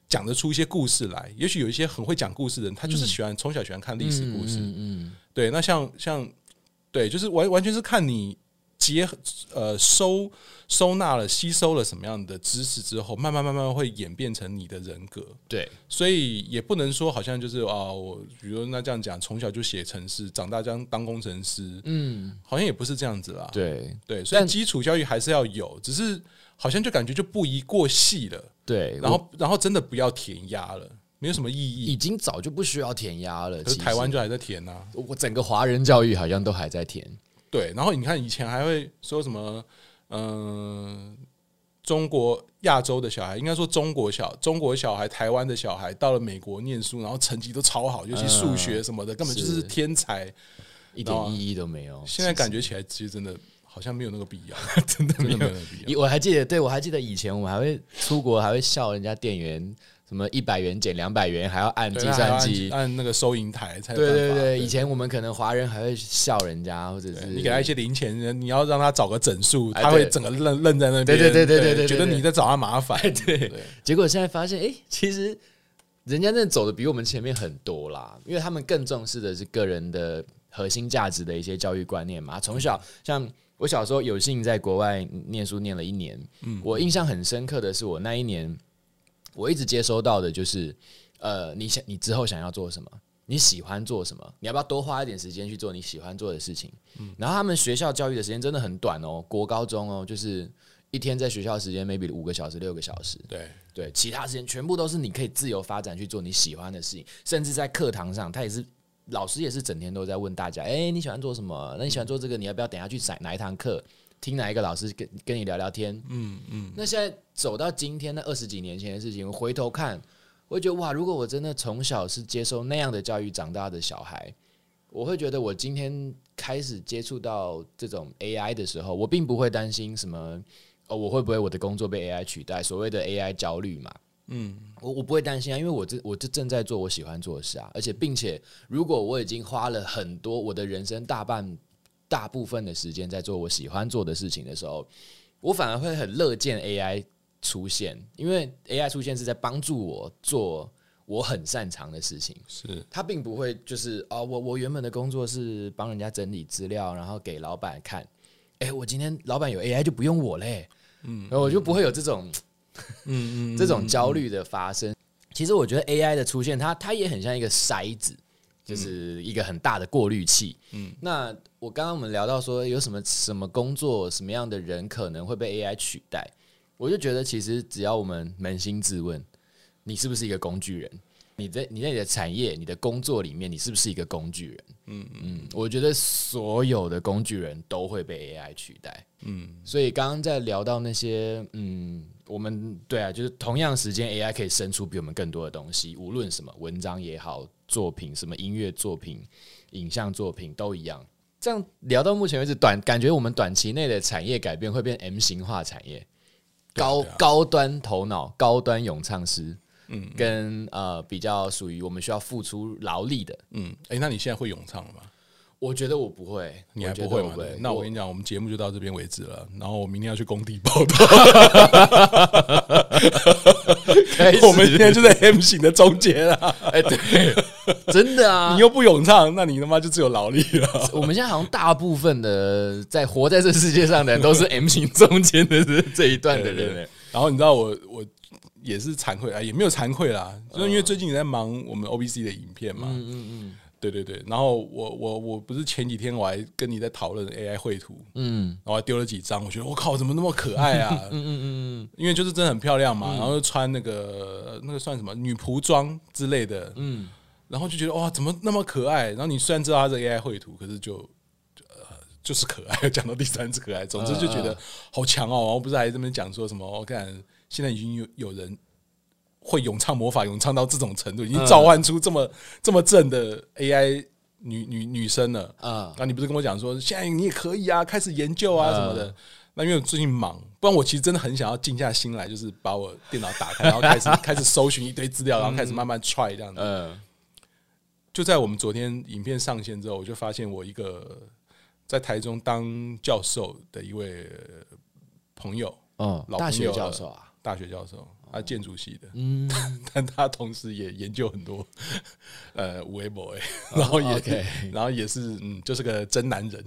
Speaker 2: 讲得出一些故事来。也许有一些很会讲故事的人，他就是喜欢从、小喜欢看历史故事。
Speaker 1: 嗯嗯，
Speaker 2: 对，那像像对，就是完完全是看你结合呃收收纳了、吸收了什么样的知识之后，慢慢慢慢会演变成你的人格。
Speaker 1: 对，
Speaker 2: 所以也不能说好像就是啊，我比如说那这样讲，从小就写程式，长大将当工程师，
Speaker 1: 嗯，
Speaker 2: 好像也不是这样子啦。
Speaker 1: 对
Speaker 2: 对，所以
Speaker 1: 但
Speaker 2: 基础教育还是要有，只是好像就感觉就不宜过细了，
Speaker 1: 对，
Speaker 2: 然后然后真的不要填鸭了，没有什么意
Speaker 1: 已
Speaker 2: 义。
Speaker 1: 经早就不需要填鸭了。
Speaker 2: 可是
Speaker 1: 其
Speaker 2: 台湾
Speaker 1: 实
Speaker 2: 就还在填啊呐、
Speaker 1: 我整个华人教育好像都还在填，
Speaker 2: 对，然后你看以前还会说什么，嗯、中国亚洲的小孩，应该说中国小中国小孩、台湾的小孩到了美国念书，然后成绩都超好，尤其数学什么的，根本就是
Speaker 1: 嗯是
Speaker 2: 天才。
Speaker 1: 一点意义都没有。
Speaker 2: 现在感觉起来，其实真的好像没有那个必 要，真的没有那个必要。
Speaker 1: 以我还记得，对我还记得以前我们还会出国，还会笑人家店员什么一百元减两百元，还要按计
Speaker 2: 对啊还
Speaker 1: 算
Speaker 2: 要按
Speaker 1: 机。
Speaker 2: 按那个收银台才有
Speaker 1: 对
Speaker 2: 办法。
Speaker 1: 对对，以前我们可能华人还会笑人家，或者是
Speaker 2: 对你给他一些零钱，你要让他找个整数，
Speaker 1: 哎
Speaker 2: 他会
Speaker 1: 对
Speaker 2: 整个愣愣在那边。
Speaker 1: 对对对对对对
Speaker 2: 觉得
Speaker 1: 对哎
Speaker 2: 你在找他麻烦。对，
Speaker 1: 结果现在发现，哎、其实人家真的走的比我们前面很多啦，因为他们更重视的是个人的核心价值的一些教育观念嘛。从小，像我小时候有幸在国外念书念了一年，我印象很深刻的是，我那一年我一直接收到的就是，呃，你想你之后想要做什么？你喜欢做什么？你要不要多花一点时间去做你喜欢做的事情？然后他们学校教育的时间真的很短哦，国高中哦，就是一天在学校的时间 maybe 五个小时、六个小时，
Speaker 2: 对，
Speaker 1: 对，其他时间全部都是你可以自由发展去做你喜欢的事情，甚至在课堂上，他也是老师也是整天都在问大家，哎、你喜欢做什么？那你喜欢做这个，你要不要等一下去哪哪一堂课，听哪一个老师跟跟你聊聊天？嗯嗯。那现在走到今天那二十几年前的事情，我回头看，我会觉得哇，如果我真的从小是接受那样的教育长大的小孩，我会觉得我今天开始接触到这种 AI 的时候，我并不会担心什么哦，我会不会我的工作被 AI 取代，所谓的 AI 焦虑嘛。嗯，我我不会担心啊，因为我这我这正在做我喜欢做的事啊，而且并且如果我已经花了很多我的人生大半大部分的时间在做我喜欢做的事情的时候，我反而会很乐见 AI 出现，因为 AI 出现是在帮助我做我很擅长的事情。
Speaker 2: 是
Speaker 1: 它并不会就是哦，我我原本的工作是帮人家整理资料，然后给老板看。哎、我今天老板有 AI 就不用我嘞，嗯，我就不会有这种
Speaker 2: 嗯
Speaker 1: 这种焦虑的发生。其实我觉得 AI 的出现，它它也很像一个筛子，就是一个很大的过滤器。嗯，那我刚刚我们聊到说，有什么什么工作，什么样的人可能会被 AI 取代，我就觉得其实只要我们扪心自问，你是不是一个工具人？你在你在你的产业、你的工作里面，你是不是一个工具人？嗯嗯，我觉得所有的工具人都会被 AI 取代。所以刚刚在聊到那些，嗯，我们对啊，就是同样时间 AI 可以生出比我们更多的东西，无论什么文章也好，作品什么音乐作品、影像作品都一样。这样聊到目前为止，短感觉我们短期内的产业改变会变 M 型化产业，
Speaker 2: 对啊
Speaker 1: 高、
Speaker 2: 对啊
Speaker 1: 高端头脑、高端咏唱师，嗯，跟呃比较属于我们需要付出劳力的。
Speaker 2: 嗯，哎、那你现在会咏唱了吗？
Speaker 1: 我觉得我不会，
Speaker 2: 你还
Speaker 1: 我觉得
Speaker 2: 不会
Speaker 1: 我
Speaker 2: 吗
Speaker 1: 不会？
Speaker 2: 那我
Speaker 1: 我
Speaker 2: 跟你讲，我们节目就到这边为止了。然后我明天要去工地 报道，
Speaker 1: 开始
Speaker 2: 我们 现在就在 M 型的中间了。
Speaker 1: 哎、对， 真的啊，
Speaker 2: 你又不咏唱，那你他妈就只有劳力了。
Speaker 1: 我们现在好像大部分的在活在这世界上的人都是 M 型中间的这这一段的人欸，
Speaker 2: 然后你知道我我也是惭愧啊，也没有惭愧啦，就是
Speaker 1: 嗯
Speaker 2: 因为最近也在忙我们 OBC 的影片嘛。嗯嗯嗯。对对对，然后我我我不是前几天我还跟你在讨论 AI 绘图，
Speaker 1: 嗯
Speaker 2: 然后还丢了几张，我觉得我靠，怎么那么可爱啊？
Speaker 1: 嗯嗯嗯
Speaker 2: 因为就是真的很漂亮嘛，然后就穿那个呃那个算什么女仆装之类的，
Speaker 1: 嗯，
Speaker 2: 然后就觉得哇，怎么那么可爱？然后你虽然知道它是 AI 绘图，可是就就呃就是可爱。讲到第三次可爱，总之就觉得好强哦。然后不是还这边讲说什么？我、看现在已经有有人会咏唱魔法，咏唱到这种程度，已经召唤出这么、这么正的 AI 女女女生了。
Speaker 1: 啊，
Speaker 2: 啊，你不是跟我讲说现在你也可以啊，开始研究啊什么的。那因为我最近忙，不然我其实真的很想要静下心来，就是把我电脑打开，然后 开始开始搜寻一堆资料，然后开始慢慢 try 这样子。
Speaker 1: 嗯
Speaker 2: 就在我们昨天影片上线之后，我就发现我一个在台中当教授的一位朋友，
Speaker 1: 哦
Speaker 2: 老朋友
Speaker 1: 大学
Speaker 2: 了
Speaker 1: 教授啊，
Speaker 2: 大学教授，他建筑系的，
Speaker 1: 嗯，
Speaker 2: 但他同时也研究很多呃五 A boy，然后也、
Speaker 1: 哦 OK
Speaker 2: 然后也是嗯，就是个真男 人。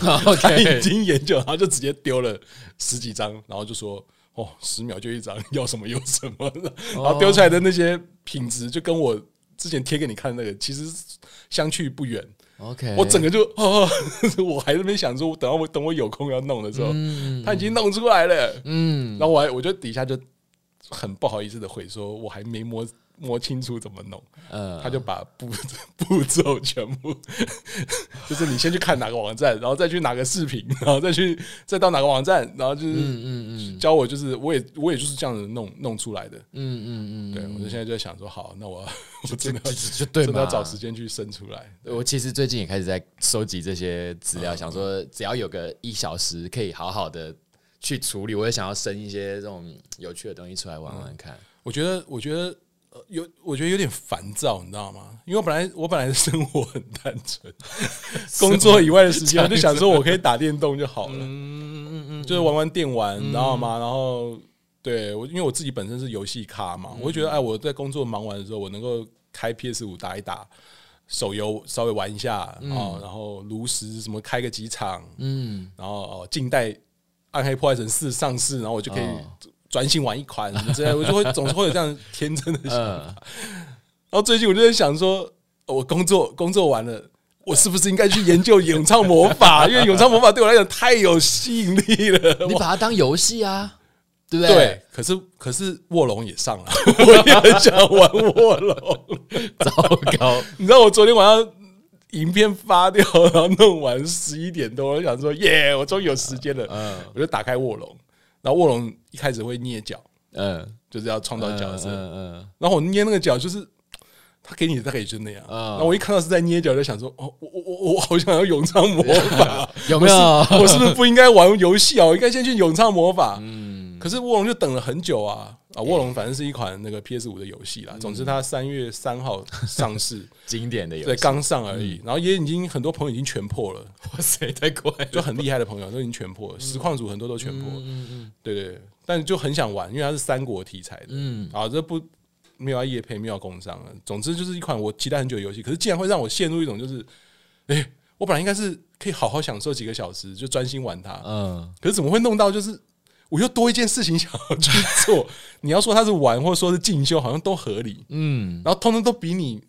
Speaker 2: 他已
Speaker 1: OK，
Speaker 2: 经研究，然后就直接丢了十几张，然后就说：“哦，十秒就一张，要什么有什么。”然后丢出来的那些品质，就跟我之前贴给你看的那个，其实相去不远。
Speaker 1: OK，
Speaker 2: 我整个就哦， 我还在那边想说，等到我等我有空要弄的时候，
Speaker 1: 嗯
Speaker 2: 他已经弄出来了。
Speaker 1: 嗯
Speaker 2: 然后我还我就底下就很不好意思的回说，我还没摸摸清楚怎么弄。
Speaker 1: 呃
Speaker 2: 他就把步步骤全部， 就是你先去看哪个网站，然后再去哪个视频，然后再去再到哪个网站，然后就是
Speaker 1: 嗯嗯嗯
Speaker 2: 教我，就是我也我也就是这样子弄弄出来的。
Speaker 1: 嗯嗯嗯，
Speaker 2: 对，我就现在就在想说，好，那我 我
Speaker 1: 这
Speaker 2: 真的
Speaker 1: 这这对
Speaker 2: 真的
Speaker 1: 嘛
Speaker 2: 要找时间去生出来。
Speaker 1: 对我其实最近也开始在收集这些资料，想说只要有个一小时可以好好的去处理，我也想要生一些这种有趣的东西出来玩玩看。
Speaker 2: 我觉得，我觉得。呃有，我觉得有点烦躁，你知道吗？因为我本来我本来的生活很单 纯， 工作以外的时间，我就想说我可以打电动就好了。
Speaker 1: 嗯嗯嗯
Speaker 2: 就是玩玩电玩，你知道吗？然后对我，因为我自己本身是游戏咖嘛，我
Speaker 1: 嗯
Speaker 2: 会觉得哎，我在工作忙完的时候，我能够开 PS 五打一打手游，稍微玩一下啊、哦然后炉石什么开个几场，
Speaker 1: 嗯。
Speaker 2: 然后哦，近代《暗黑破坏神四》上市，然后我就可以
Speaker 1: 哦
Speaker 2: 专心玩一款什么之类的，我就会总是会有这样天真的想。
Speaker 1: 嗯，
Speaker 2: 然后最近我就在想说，哦我工作工作完了。我是不是应该去研究咏唱魔法？因为咏唱魔法对我来讲太有吸引力了。
Speaker 1: 你把它当游戏啊，对不
Speaker 2: 对
Speaker 1: 对？，
Speaker 2: 可是可是卧龙也上了， 我也很想玩卧龙。
Speaker 1: 糟糕，
Speaker 2: 你知道我昨天晚上影片发掉，然后弄完十一点多，我就想说耶，我终于有时间了，
Speaker 1: 嗯
Speaker 2: 我就打开卧龙，然后卧龙一开始会蹑脚，
Speaker 1: 嗯
Speaker 2: 就是要创造角色。
Speaker 1: 嗯
Speaker 2: 然后我捏那个脚，就是他给你的大概也就那样。
Speaker 1: 嗯
Speaker 2: 然后我一看到是在捏脚，就想说，哦，我我我我好想要咏唱魔 法，
Speaker 1: 嗯，有没有？
Speaker 2: 我是不是不应该玩游戏啊？我应该先去咏唱魔法。
Speaker 1: 嗯，
Speaker 2: 可是卧龙就等了很久啊啊！卧龙反正是一款那个 PS 五的游戏啦，
Speaker 1: 嗯
Speaker 2: 总之它三月三号上市，
Speaker 1: 经典的 游
Speaker 2: 对，
Speaker 1: 戏，嗯
Speaker 2: 刚上而已。然后也已经很多朋友已经全破了，
Speaker 1: 哇塞，太快了，
Speaker 2: 就很厉害的朋友都已经全破了，实况组很多都全破了。
Speaker 1: 嗯嗯
Speaker 2: 对对，对但就很想玩，因为它是三国题材的。
Speaker 1: 嗯，
Speaker 2: 啊，这不没有要夜配，没有要工商啊。总之就是一款我期待很久的游戏，可是竟然会让我陷入一种就是，哎、我本来应该是可以好好享受几个小时，就专心玩它，
Speaker 1: 嗯，
Speaker 2: 可是怎么会弄到就是我又多一件事情想要去做？ 你要说它是玩，或者说是进修，好像都合理，
Speaker 1: 嗯，
Speaker 2: 然后通通都比你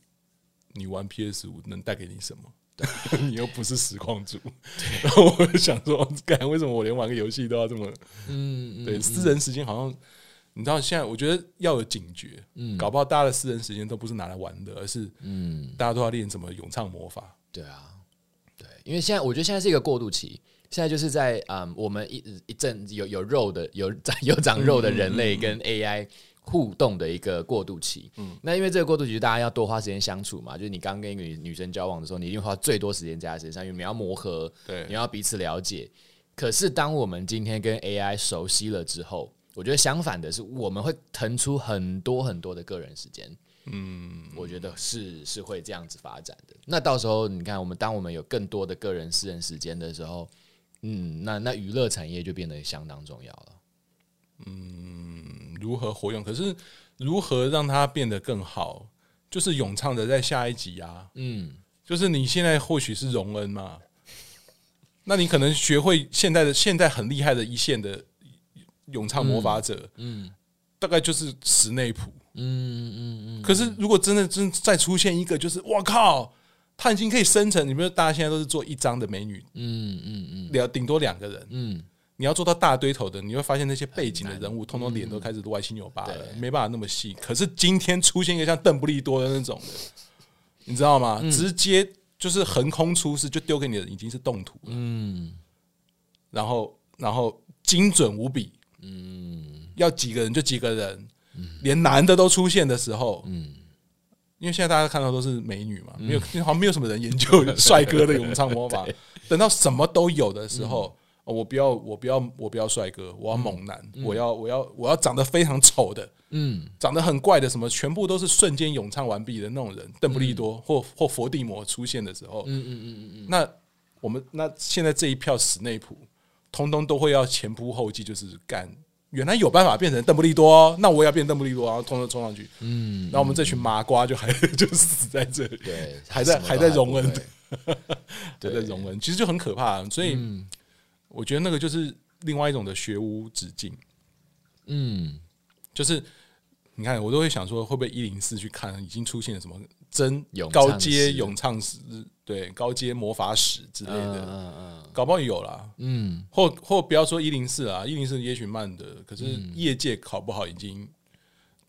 Speaker 2: 你玩 PS 五能带给你什么？ 你又不是实况组，然后我就想说，干为什么我连玩个游戏都要这么？
Speaker 1: 嗯，
Speaker 2: 对，私人时间好像你知道，现在我觉得要有警觉，
Speaker 1: 嗯
Speaker 2: 搞不好大家的私人时间都不是拿来玩的，而是
Speaker 1: 嗯，
Speaker 2: 大家都要练什么咏唱魔法。
Speaker 1: 对啊，对，因为现在我觉得现在是一个过渡期，现在就是在嗯，我们一一阵有有肉的有 长有长肉的人类跟 AI 互动的一个过渡期。嗯，那因为这个过渡期，大家要多花时间相处嘛，就是你刚跟一个女女生交往的时候，你一定花最多时间在她身上，因为你要磨合，
Speaker 2: 对
Speaker 1: 你要彼此了解。可是当我们今天跟 AI 熟悉了之后，我觉得相反的是，我们会腾出很多很多的个人时间。
Speaker 2: 嗯
Speaker 1: 我觉得是是会这样子发展的。那到时候你看，我们当我们有更多的个人私人时间的时候，嗯，那那娱乐产业就变得相当重要了。
Speaker 2: 嗯如何活用，可是如何让它变得更好，就是咏唱的在下一集啊，
Speaker 1: 嗯，
Speaker 2: 就是你现在或许是荣恩嘛，那你可能学会现在的现在很厉害的一线的咏唱魔法者，嗯，大概就是史内普，嗯嗯嗯。可是如果真的真再出现一个，就是我靠，他已经可以生成，你比如大家现在都是做一张的美女，
Speaker 1: 嗯嗯嗯
Speaker 2: 两顶多两个人，
Speaker 1: 嗯，
Speaker 2: 你要做到大堆头的，你会发现那些背景的人物，通通脸都开始歪七扭八
Speaker 1: 嗯
Speaker 2: 了，没办法那么细。可是今天出现一个像邓布利多的那种的，你知道吗？
Speaker 1: 嗯
Speaker 2: 直接就是横空出世，就丢给你的已经是动图了，
Speaker 1: 嗯
Speaker 2: 然后然后精准无比，嗯，要几个人就几个人，连男的都出现的时候，
Speaker 1: 嗯，
Speaker 2: 因为现在大家看到都是美女嘛，没有好像没有什么人研 究帅哥的咏唱魔法。等到什么都有的时候，
Speaker 1: 嗯
Speaker 2: 哦我不要我不要我不要帅哥，我要猛男，我要我要我要长得非常丑的，
Speaker 1: 嗯
Speaker 2: 长得很怪的，什么全部都是瞬间咏唱完毕的那种人，邓布利多或或佛地魔出现的时候，
Speaker 1: 嗯嗯嗯
Speaker 2: 那我们那现在这一票史内普，通通都会要前仆后继，就是干。原来有办法变成邓布利多、哦，那我也要变邓布利多，然后通通冲上去。嗯，然后我们这群麻瓜就还 就死在这里，
Speaker 1: 对
Speaker 2: 还在
Speaker 1: 什么都
Speaker 2: 还在
Speaker 1: 还
Speaker 2: 容
Speaker 1: 不
Speaker 2: 忍
Speaker 1: 会，
Speaker 2: 还在容忍，其实就很可怕。啊所以
Speaker 1: 嗯
Speaker 2: 我觉得那个就是另外一种的学无止境，
Speaker 1: 嗯
Speaker 2: 就是你看，我都会想说，会不会一零四去看已经出现了什么真
Speaker 1: 咏唱
Speaker 2: 高阶
Speaker 1: 史
Speaker 2: 咏唱史，对高阶魔法史之类
Speaker 1: 嗯
Speaker 2: 的，
Speaker 1: 嗯
Speaker 2: 搞不好有啦。
Speaker 1: 嗯
Speaker 2: 或或不要说一零四啊，一零四也许慢的，可是
Speaker 1: 嗯
Speaker 2: 业界考不好已经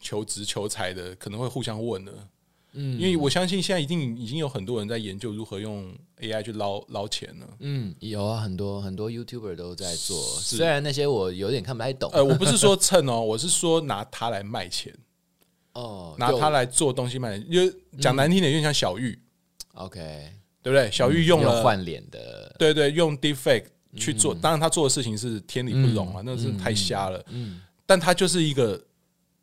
Speaker 2: 求职求财的可能会互相问了。嗯，因为我相信现在一定已经有很多人在研究如何用 AI 去捞捞钱了。
Speaker 1: 嗯，有啊，很多很多 YouTuber 都在做，
Speaker 2: 是
Speaker 1: 虽然那些我有点看不太懂。
Speaker 2: 呃，我不是 说蹭哦，我是说拿它来卖钱，
Speaker 1: 哦，嗯
Speaker 2: 拿它
Speaker 1: 来
Speaker 2: 来做东西卖钱，因为讲难听点，有点像小玉，
Speaker 1: ，OK，
Speaker 2: 对不对？小玉用了，
Speaker 1: 嗯换嗯脸的，
Speaker 2: 对对，用 Deepfake 去做，当然他做的事情是天理不容啊，那是太瞎了。
Speaker 1: 嗯
Speaker 2: 但他就是一个，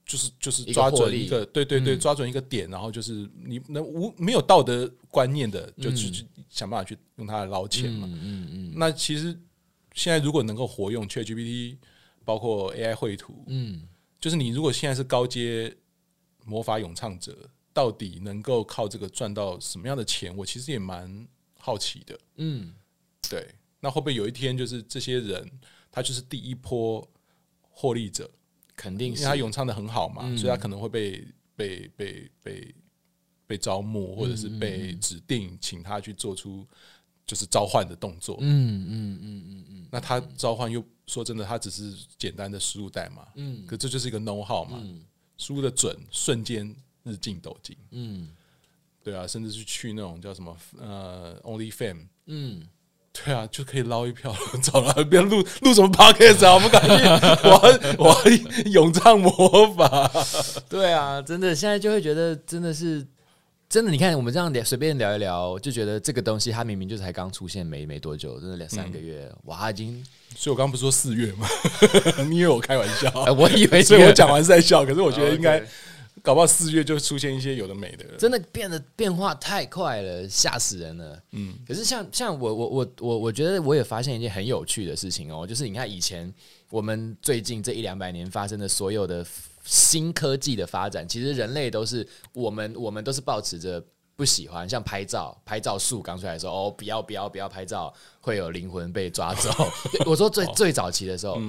Speaker 2: 就是就是
Speaker 1: 一个
Speaker 2: 抓
Speaker 1: 获
Speaker 2: 准
Speaker 1: 利嗯
Speaker 2: 一个，对对对，抓准一个点，然后就是你那无没有道德观念的，就去去想办法去用它来捞钱嘛。
Speaker 1: 嗯嗯嗯
Speaker 2: 那其实现在如果能够活用 ChatGPT，包括 AI 绘图，
Speaker 1: 嗯
Speaker 2: 就是你如果现在是高阶魔法咏唱者，到底能够靠这个赚到什么样的钱？我其实也蛮好奇的。
Speaker 1: 嗯，
Speaker 2: 对，那会不会有一天就是这些人他就是第一波获利者？
Speaker 1: 肯定
Speaker 2: 因
Speaker 1: 是嗯
Speaker 2: 为他咏唱的很好嘛，所以他可能会被被被被被招募，或者是
Speaker 1: 嗯
Speaker 2: 被指定请他去做出就是召唤的动作。
Speaker 1: 嗯嗯嗯嗯嗯
Speaker 2: 那他召唤又说真的，他只是简单的输入代码，
Speaker 1: 嗯
Speaker 2: 可这就是一个 know how 嘛，输入的准，瞬间日进斗金。
Speaker 1: 嗯
Speaker 2: 对啊，甚至是去那种叫什么呃 Only Fam
Speaker 1: 嗯
Speaker 2: 对啊，就可以捞一票 了。走了，不要录录什么 podcast 啊！我们赶紧，我要 我要咏唱魔法。
Speaker 1: 对啊，真的，现在就会觉得真的是真的。你看，我们这样聊，随便聊一聊，就觉得这个东西它明明就才刚出现没没多久，真的两三个月，哇，它已经，
Speaker 2: 所以我刚刚不是说四月吗？ 你以为我开玩笑？
Speaker 1: 呃我以为
Speaker 2: 所
Speaker 1: 这
Speaker 2: 以
Speaker 1: 个
Speaker 2: 我讲完是在笑，可是我觉得应该
Speaker 1: 哦 OK
Speaker 2: 搞不好四月就出现一些有的没的了。
Speaker 1: 真的变得变化太快了，吓死人了。嗯，可是像像我我我我我觉得我也发现一件很有趣的事情哦，就是你看以前我们最近这一两百年发生的所有的新科技的发展，其实人类都是我们我们都是保持着。不喜欢像拍照，拍照术刚出来的时候，哦，不要不要不要拍照，会有灵魂被抓走。我说最最早期的时候，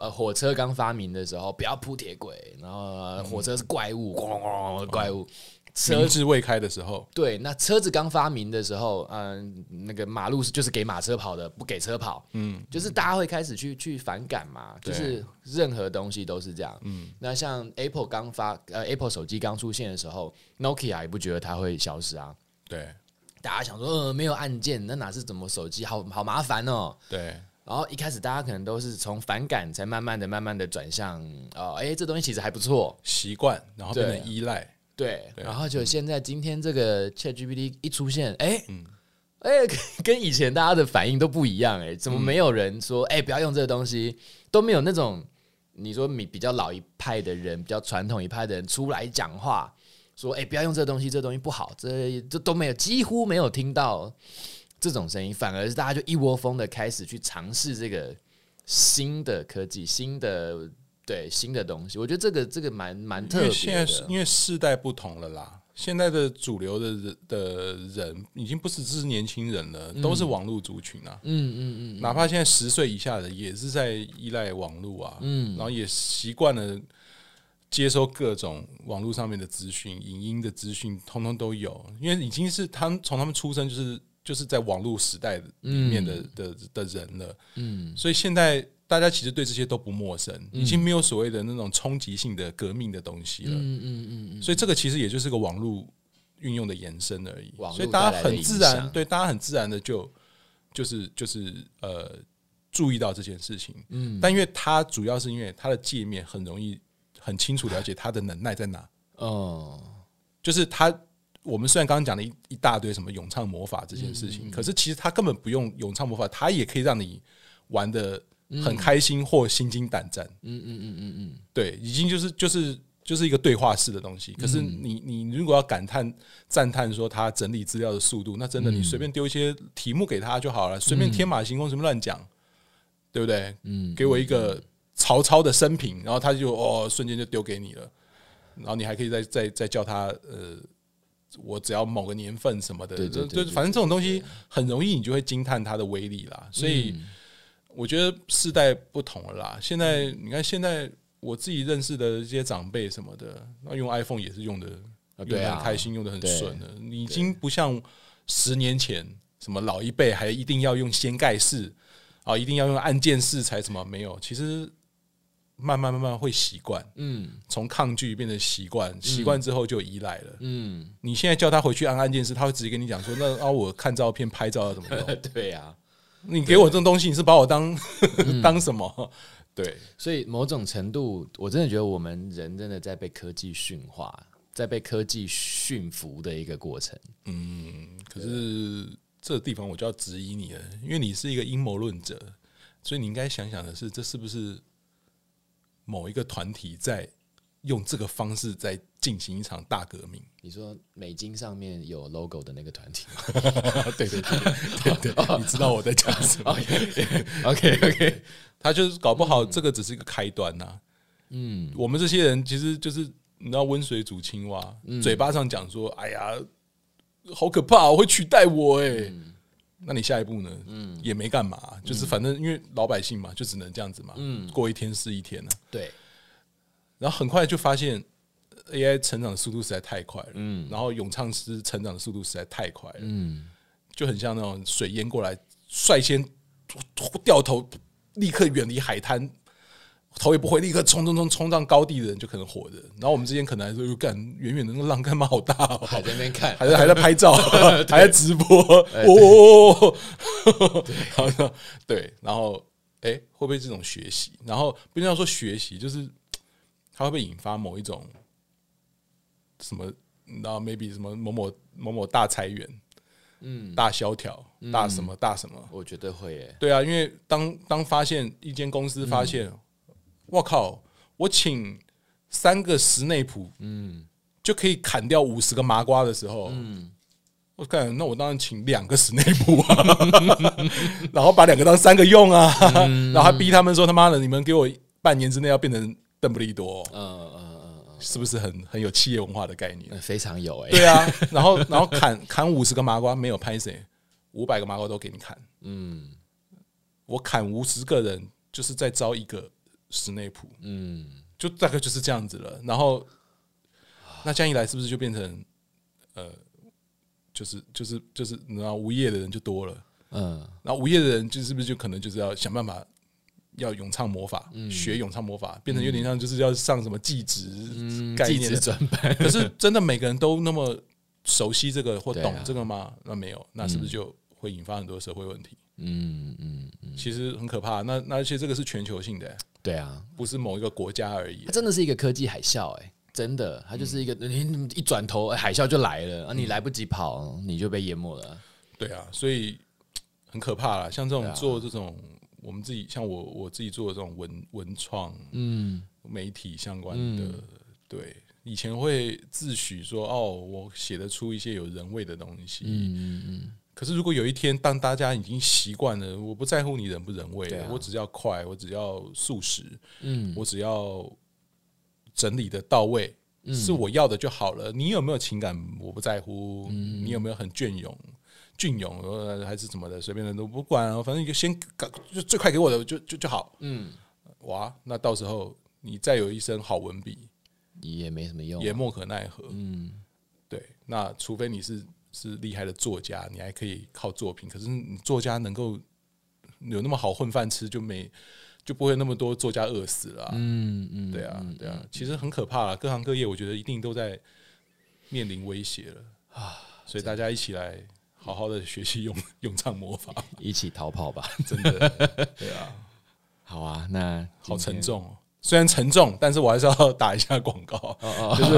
Speaker 1: 呃，火车刚发明的时候，不要铺铁轨，然后呃火车是怪物，咣咣咣咣怪物，车
Speaker 2: 明智未开的时候，
Speaker 1: 对，那车子刚发明的时候，嗯、那个马路是就是给马车跑的，不给车跑。嗯，就是大家会开始去去反感嘛，就
Speaker 2: 对
Speaker 1: 是任何东西都是这样。嗯，那像 Apple 刚发呃 Apple 手机刚出现的时候，Nokia 也不觉得它会消失啊。
Speaker 2: 对
Speaker 1: 大家想说，呃，没有按键，那哪是怎么手机？好好麻烦哦。
Speaker 2: 对
Speaker 1: 然后一开始大家可能都是从反感，才慢慢的、慢慢的转向，哦，哎，这东西其实还不错。
Speaker 2: 习惯，然后变
Speaker 1: 对
Speaker 2: 成依赖，
Speaker 1: 对，
Speaker 2: 对啊
Speaker 1: 然后就现在今天这个 ChatGPT 一出现，哎、
Speaker 2: 嗯
Speaker 1: 哎、跟跟以前大家的反应都不一样、哎，怎么没有人说，
Speaker 2: 嗯
Speaker 1: 哎、不要用这个东西，都没有那种你说你比较老一派的人，比较传统一派的人出来讲话，说，哎、不要用这个东西，这个东西不好，这这都没有，几乎没有听到这种声音，反而是大家就一窝蜂的开始去尝试这个新的科技，新的。对新的东西，我觉得这个这个蛮蛮
Speaker 2: 因
Speaker 1: 特别
Speaker 2: 为
Speaker 1: 的。嗯
Speaker 2: 现在是因为世代不同了啦。现在的主流的人的人已经不只是年轻人了，都是网络族群啊。
Speaker 1: 嗯嗯嗯，
Speaker 2: 哪怕现在十岁以下的也是在依赖网络啊，
Speaker 1: 嗯
Speaker 2: 然后也习惯了接收各种网络上面的资讯、影音的资讯，通通都有，因为已经是他们从他们出生就是就是在网络时代里面的、
Speaker 1: 嗯
Speaker 2: 的的人了，嗯，所以现在大家其实对这些都不陌生，
Speaker 1: 嗯
Speaker 2: 已经没有所谓的那种冲击性的革命的东西了，嗯嗯嗯，所以这个其实也就是个网络运用的延伸而已
Speaker 1: 网，络
Speaker 2: 所以
Speaker 1: 带
Speaker 2: 大家
Speaker 1: 来的
Speaker 2: 很自
Speaker 1: 影
Speaker 2: 然
Speaker 1: 响，
Speaker 2: 对大家很自然的就。就是就是呃注意到这件事情，嗯，但因为它主要是因为它的界面很容易很清楚了解它的能耐在哪，
Speaker 1: 哦，
Speaker 2: 就是它我们虽然刚刚讲了一一大堆什么咏唱魔法这件事
Speaker 1: 嗯
Speaker 2: 情，可是其实它根本不用咏唱魔法，它也可以让你玩的很开心或心惊胆战，
Speaker 1: 嗯嗯嗯嗯嗯，
Speaker 2: 对，已经就是就是。就是一个对话式的东西，可是你你如果要感叹赞叹说它整理资料的速度，那真的你随便丢一些题目给他就好了，随便天马行空什么乱讲，对不对？
Speaker 1: 嗯
Speaker 2: 嗯，给我一个曹操的生平，然后他就哦瞬间就丢给你了，然后你还可以再再再叫他呃，我只要某个年份什么的，
Speaker 1: 对对对嗯
Speaker 2: 就就反正这种东西很容易你就会惊叹它的威力啦，所以。我觉得世代不同了啦。现在你看，现在我自己认识的一些长辈什么的，那用 iPhone 也是用的，
Speaker 1: 啊
Speaker 2: 用
Speaker 1: 对
Speaker 2: 的
Speaker 1: 啊
Speaker 2: 很开心，用的很顺的。你已经不像十年前什么老一辈还一定要用掀盖式啊，一定要用按键式才什么没有。其实慢慢慢慢会习惯，
Speaker 1: 嗯
Speaker 2: 从抗拒变成习惯，习惯之后就依赖了。
Speaker 1: 嗯，
Speaker 2: 你现在叫他回去按按键式，他会直接跟你讲说：“ 那啊，我看照片拍照要怎么弄？”
Speaker 1: 对呀、啊，
Speaker 2: 你给我这种东西，你是把我当
Speaker 1: 嗯
Speaker 2: 当什么？对，
Speaker 1: 所以某种程度，我真的觉得我们人真的在被科技驯化，在被科技驯服的一个过程。
Speaker 2: 嗯，可是这地方我就要质疑你了，因为你是一个阴谋论者，所以你应该想想的是，这是不是某一个团体在用这个方式在进行一场大革命？
Speaker 1: 你说美金上面有 logo 的那个团体
Speaker 2: 对对对对对，你知道我在讲什么？
Speaker 1: ，OK OK，
Speaker 2: 他就是搞不好这个只是一个开端呐、嗯，我们这些人其实就是你知道温水煮青蛙，嘴巴上讲说哎呀好可怕，会取代我哎、那你下一步呢？嗯，也没干嘛、就是反正因为老百姓嘛，就只能这样子嘛，嗯，过一天是一天呢、
Speaker 1: 对，
Speaker 2: 然后很快就发现 AI 成长的速度实在太快了，嗯，然后咏唱师成长的速度实在太快了，
Speaker 1: 嗯，
Speaker 2: 就很像那种水淹过来，率先掉头，立刻远离海滩，头也不回，立刻冲冲冲冲上高地的人就可能活着。然后我们之间可能还说，哟干远远的那个浪干嘛好大哦，
Speaker 3: 还在那边看，
Speaker 2: 还在还在拍 照，还在直播，哦， 然后对，然后哎、会不会这种学习？然后不一定要说学习，就是它会不会引发某一种什么？然后 maybe 什么某某某某大裁员，嗯，大萧条，大什么大什么？
Speaker 1: 我觉得会耶，
Speaker 2: 对啊，因为当当发现一间公司发现，
Speaker 1: 嗯
Speaker 2: 我、靠，我请三个室内普，嗯，就可以砍掉五十个麻瓜的时候，嗯，我干，那我当然请两个室内普啊， 然后把两个当三个用啊，
Speaker 1: 嗯
Speaker 2: 然后还逼他们说他妈的，你们给我半年之内要变成邓布利多，
Speaker 1: 嗯嗯嗯嗯
Speaker 2: 是不是很很有企业文化的概念？
Speaker 1: 嗯，非常有哎，
Speaker 2: 对啊，然后然后砍砍五十个麻瓜没有拍谁，五百个麻瓜都给你砍。
Speaker 1: 嗯
Speaker 2: 我砍五十个人，就是再招一个史内普，
Speaker 1: 嗯，
Speaker 2: 就大概就是这样子了。然后，那这样一来，是不是就变成呃，就是就是就是，然后无业的人就多了，
Speaker 1: 嗯，
Speaker 2: 然后无业的人就是不是就可能就是要想办法。要咏唱魔法，
Speaker 1: 嗯
Speaker 2: 学咏唱魔法，变成有点像就是要上什么技职概
Speaker 1: 嗯技
Speaker 2: 念的
Speaker 1: 职转班，
Speaker 2: 可是真的每个人都那么熟悉这个或
Speaker 1: 对啊
Speaker 2: 懂这个吗？那没有，那是不是就会引发很多社会问题？
Speaker 1: 嗯嗯嗯，
Speaker 2: 其实很可怕。那那而且这个是全球性的、
Speaker 1: 对啊，
Speaker 2: 不是某一个国家而已
Speaker 1: 它。真的是一个科技海啸哎。真的，它就是一个
Speaker 2: 嗯
Speaker 1: 你一转头，哎海啸就来了，啊，你来不及跑，你就被淹没了。
Speaker 2: 对啊，所以很可怕啦。像这
Speaker 1: 对
Speaker 2: 种
Speaker 1: 啊
Speaker 2: 做这种，我们自己像我我自己做的这种文文创
Speaker 1: 嗯，
Speaker 2: 媒体相关的，对。以前会自诩说哦，我写得出一些有人味的东西。
Speaker 1: 嗯嗯
Speaker 2: 可是如果有一天，当大家已经习惯了，我不在乎你人不人味
Speaker 1: 对
Speaker 2: 了，
Speaker 1: 啊
Speaker 2: 我只要快，我只要速食，
Speaker 1: 嗯
Speaker 2: 我只要整理的到位，
Speaker 1: 嗯
Speaker 2: 是我要的就好了。你有没有情感，我不在乎；
Speaker 1: 嗯
Speaker 2: 你有没有很隽永、隽永呃还是怎么的，随便的都不管、啊，反正就先搞就最快给我的就就就好。呃
Speaker 1: 嗯
Speaker 2: 哇，那到时候你再有一身好文笔，
Speaker 1: 嗯，也没什么用啊。
Speaker 2: 也莫可奈何。
Speaker 1: 嗯
Speaker 2: 对，那除非你是是厉害的作家，你还可以靠作品。可是你作家能够有那么好混饭吃，就没就不会那么多作家饿死了啊、
Speaker 1: 嗯嗯，
Speaker 2: 对啊，对啊，其实很可怕啦，各行各业我觉得一定都在面临威胁了啊，所以大家一起来好好的学习用 用唱魔法，
Speaker 1: 一起逃跑吧。
Speaker 2: 真的，对啊，
Speaker 1: 好啊，那
Speaker 2: 好
Speaker 1: 今
Speaker 2: 沉
Speaker 1: 天。
Speaker 2: 重哦。虽然沉重，但是我还是要打一下广
Speaker 1: 哦
Speaker 2: 告， 就是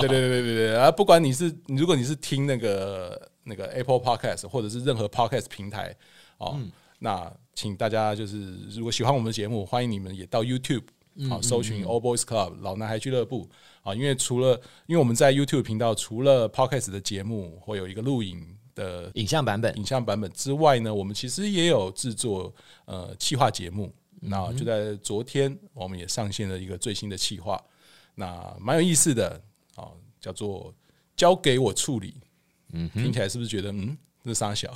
Speaker 2: 对对对对对对啊！不管你是你如果你是听那个那个 Apple Podcast 或者是任何 Podcast 平台哦，
Speaker 1: 嗯
Speaker 2: 那请大家就是如果喜欢我们的节目，欢迎你们也到 YouTube
Speaker 1: 嗯
Speaker 2: 好、搜寻 All Boys Club 老男孩俱乐部啊，因为除了因为我们在 YouTube 频道除了 Podcast 的节目会有一个录影的
Speaker 1: 影像版本，
Speaker 2: 影像版本之外呢，我们其实也有制作呃企划节目。那就在昨天，我们也上线了一个最新的企划，那蛮有意思的哦，叫做“交给我处理”。嗯，听起来是不是觉得嗯，这是傻小？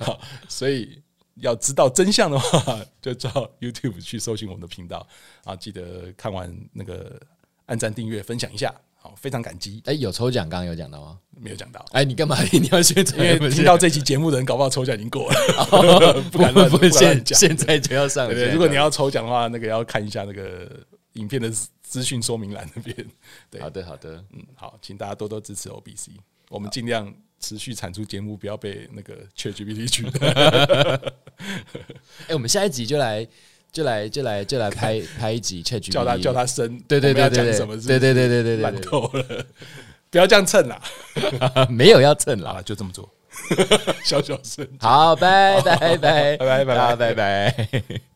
Speaker 2: 好所以要知道真相的话，就到 YouTube 去搜寻我们的频道啊！记得看完那个按赞、订阅、分享一下，好，非常感激。
Speaker 1: 哎、有抽奖，刚刚有讲到吗？
Speaker 2: 没有讲到。
Speaker 1: 哎、你干嘛？你要宣
Speaker 2: 因
Speaker 1: 传？
Speaker 2: 为
Speaker 1: 不是
Speaker 2: 听到这期节目的人，搞不好抽奖已经过 了，不
Speaker 1: 不
Speaker 2: 敢乱
Speaker 1: 不
Speaker 2: 不敢乱
Speaker 1: 现
Speaker 2: 讲。
Speaker 1: 现在就要上
Speaker 2: 对
Speaker 1: 线
Speaker 2: 对，
Speaker 1: 了。
Speaker 2: 如果你要抽奖的话，那个要看一下那个影片的资资讯说明栏那边。 对
Speaker 1: 好的好的，
Speaker 2: 嗯，好，请大家多多支持 OBC，我们尽量持续产出节目，不要被那个 ChatGPT 取 代。
Speaker 1: 哎、我们下一集就来就来就来就来拍拍一集 ChatGPT，
Speaker 2: 叫他叫他生，
Speaker 1: 对对
Speaker 2: 我们
Speaker 1: 对
Speaker 2: 要
Speaker 1: 对
Speaker 2: 讲
Speaker 1: 对，
Speaker 2: 什么是
Speaker 1: 对对对对对对
Speaker 2: 烂
Speaker 1: 对
Speaker 2: 透了， 不要这样蹭啦。啊
Speaker 1: 对，没有要蹭
Speaker 2: 好
Speaker 1: 了。
Speaker 2: 了，就这么 做，小小声。
Speaker 1: 好，拜拜拜拜
Speaker 2: 拜拜拜拜
Speaker 1: 大家拜拜。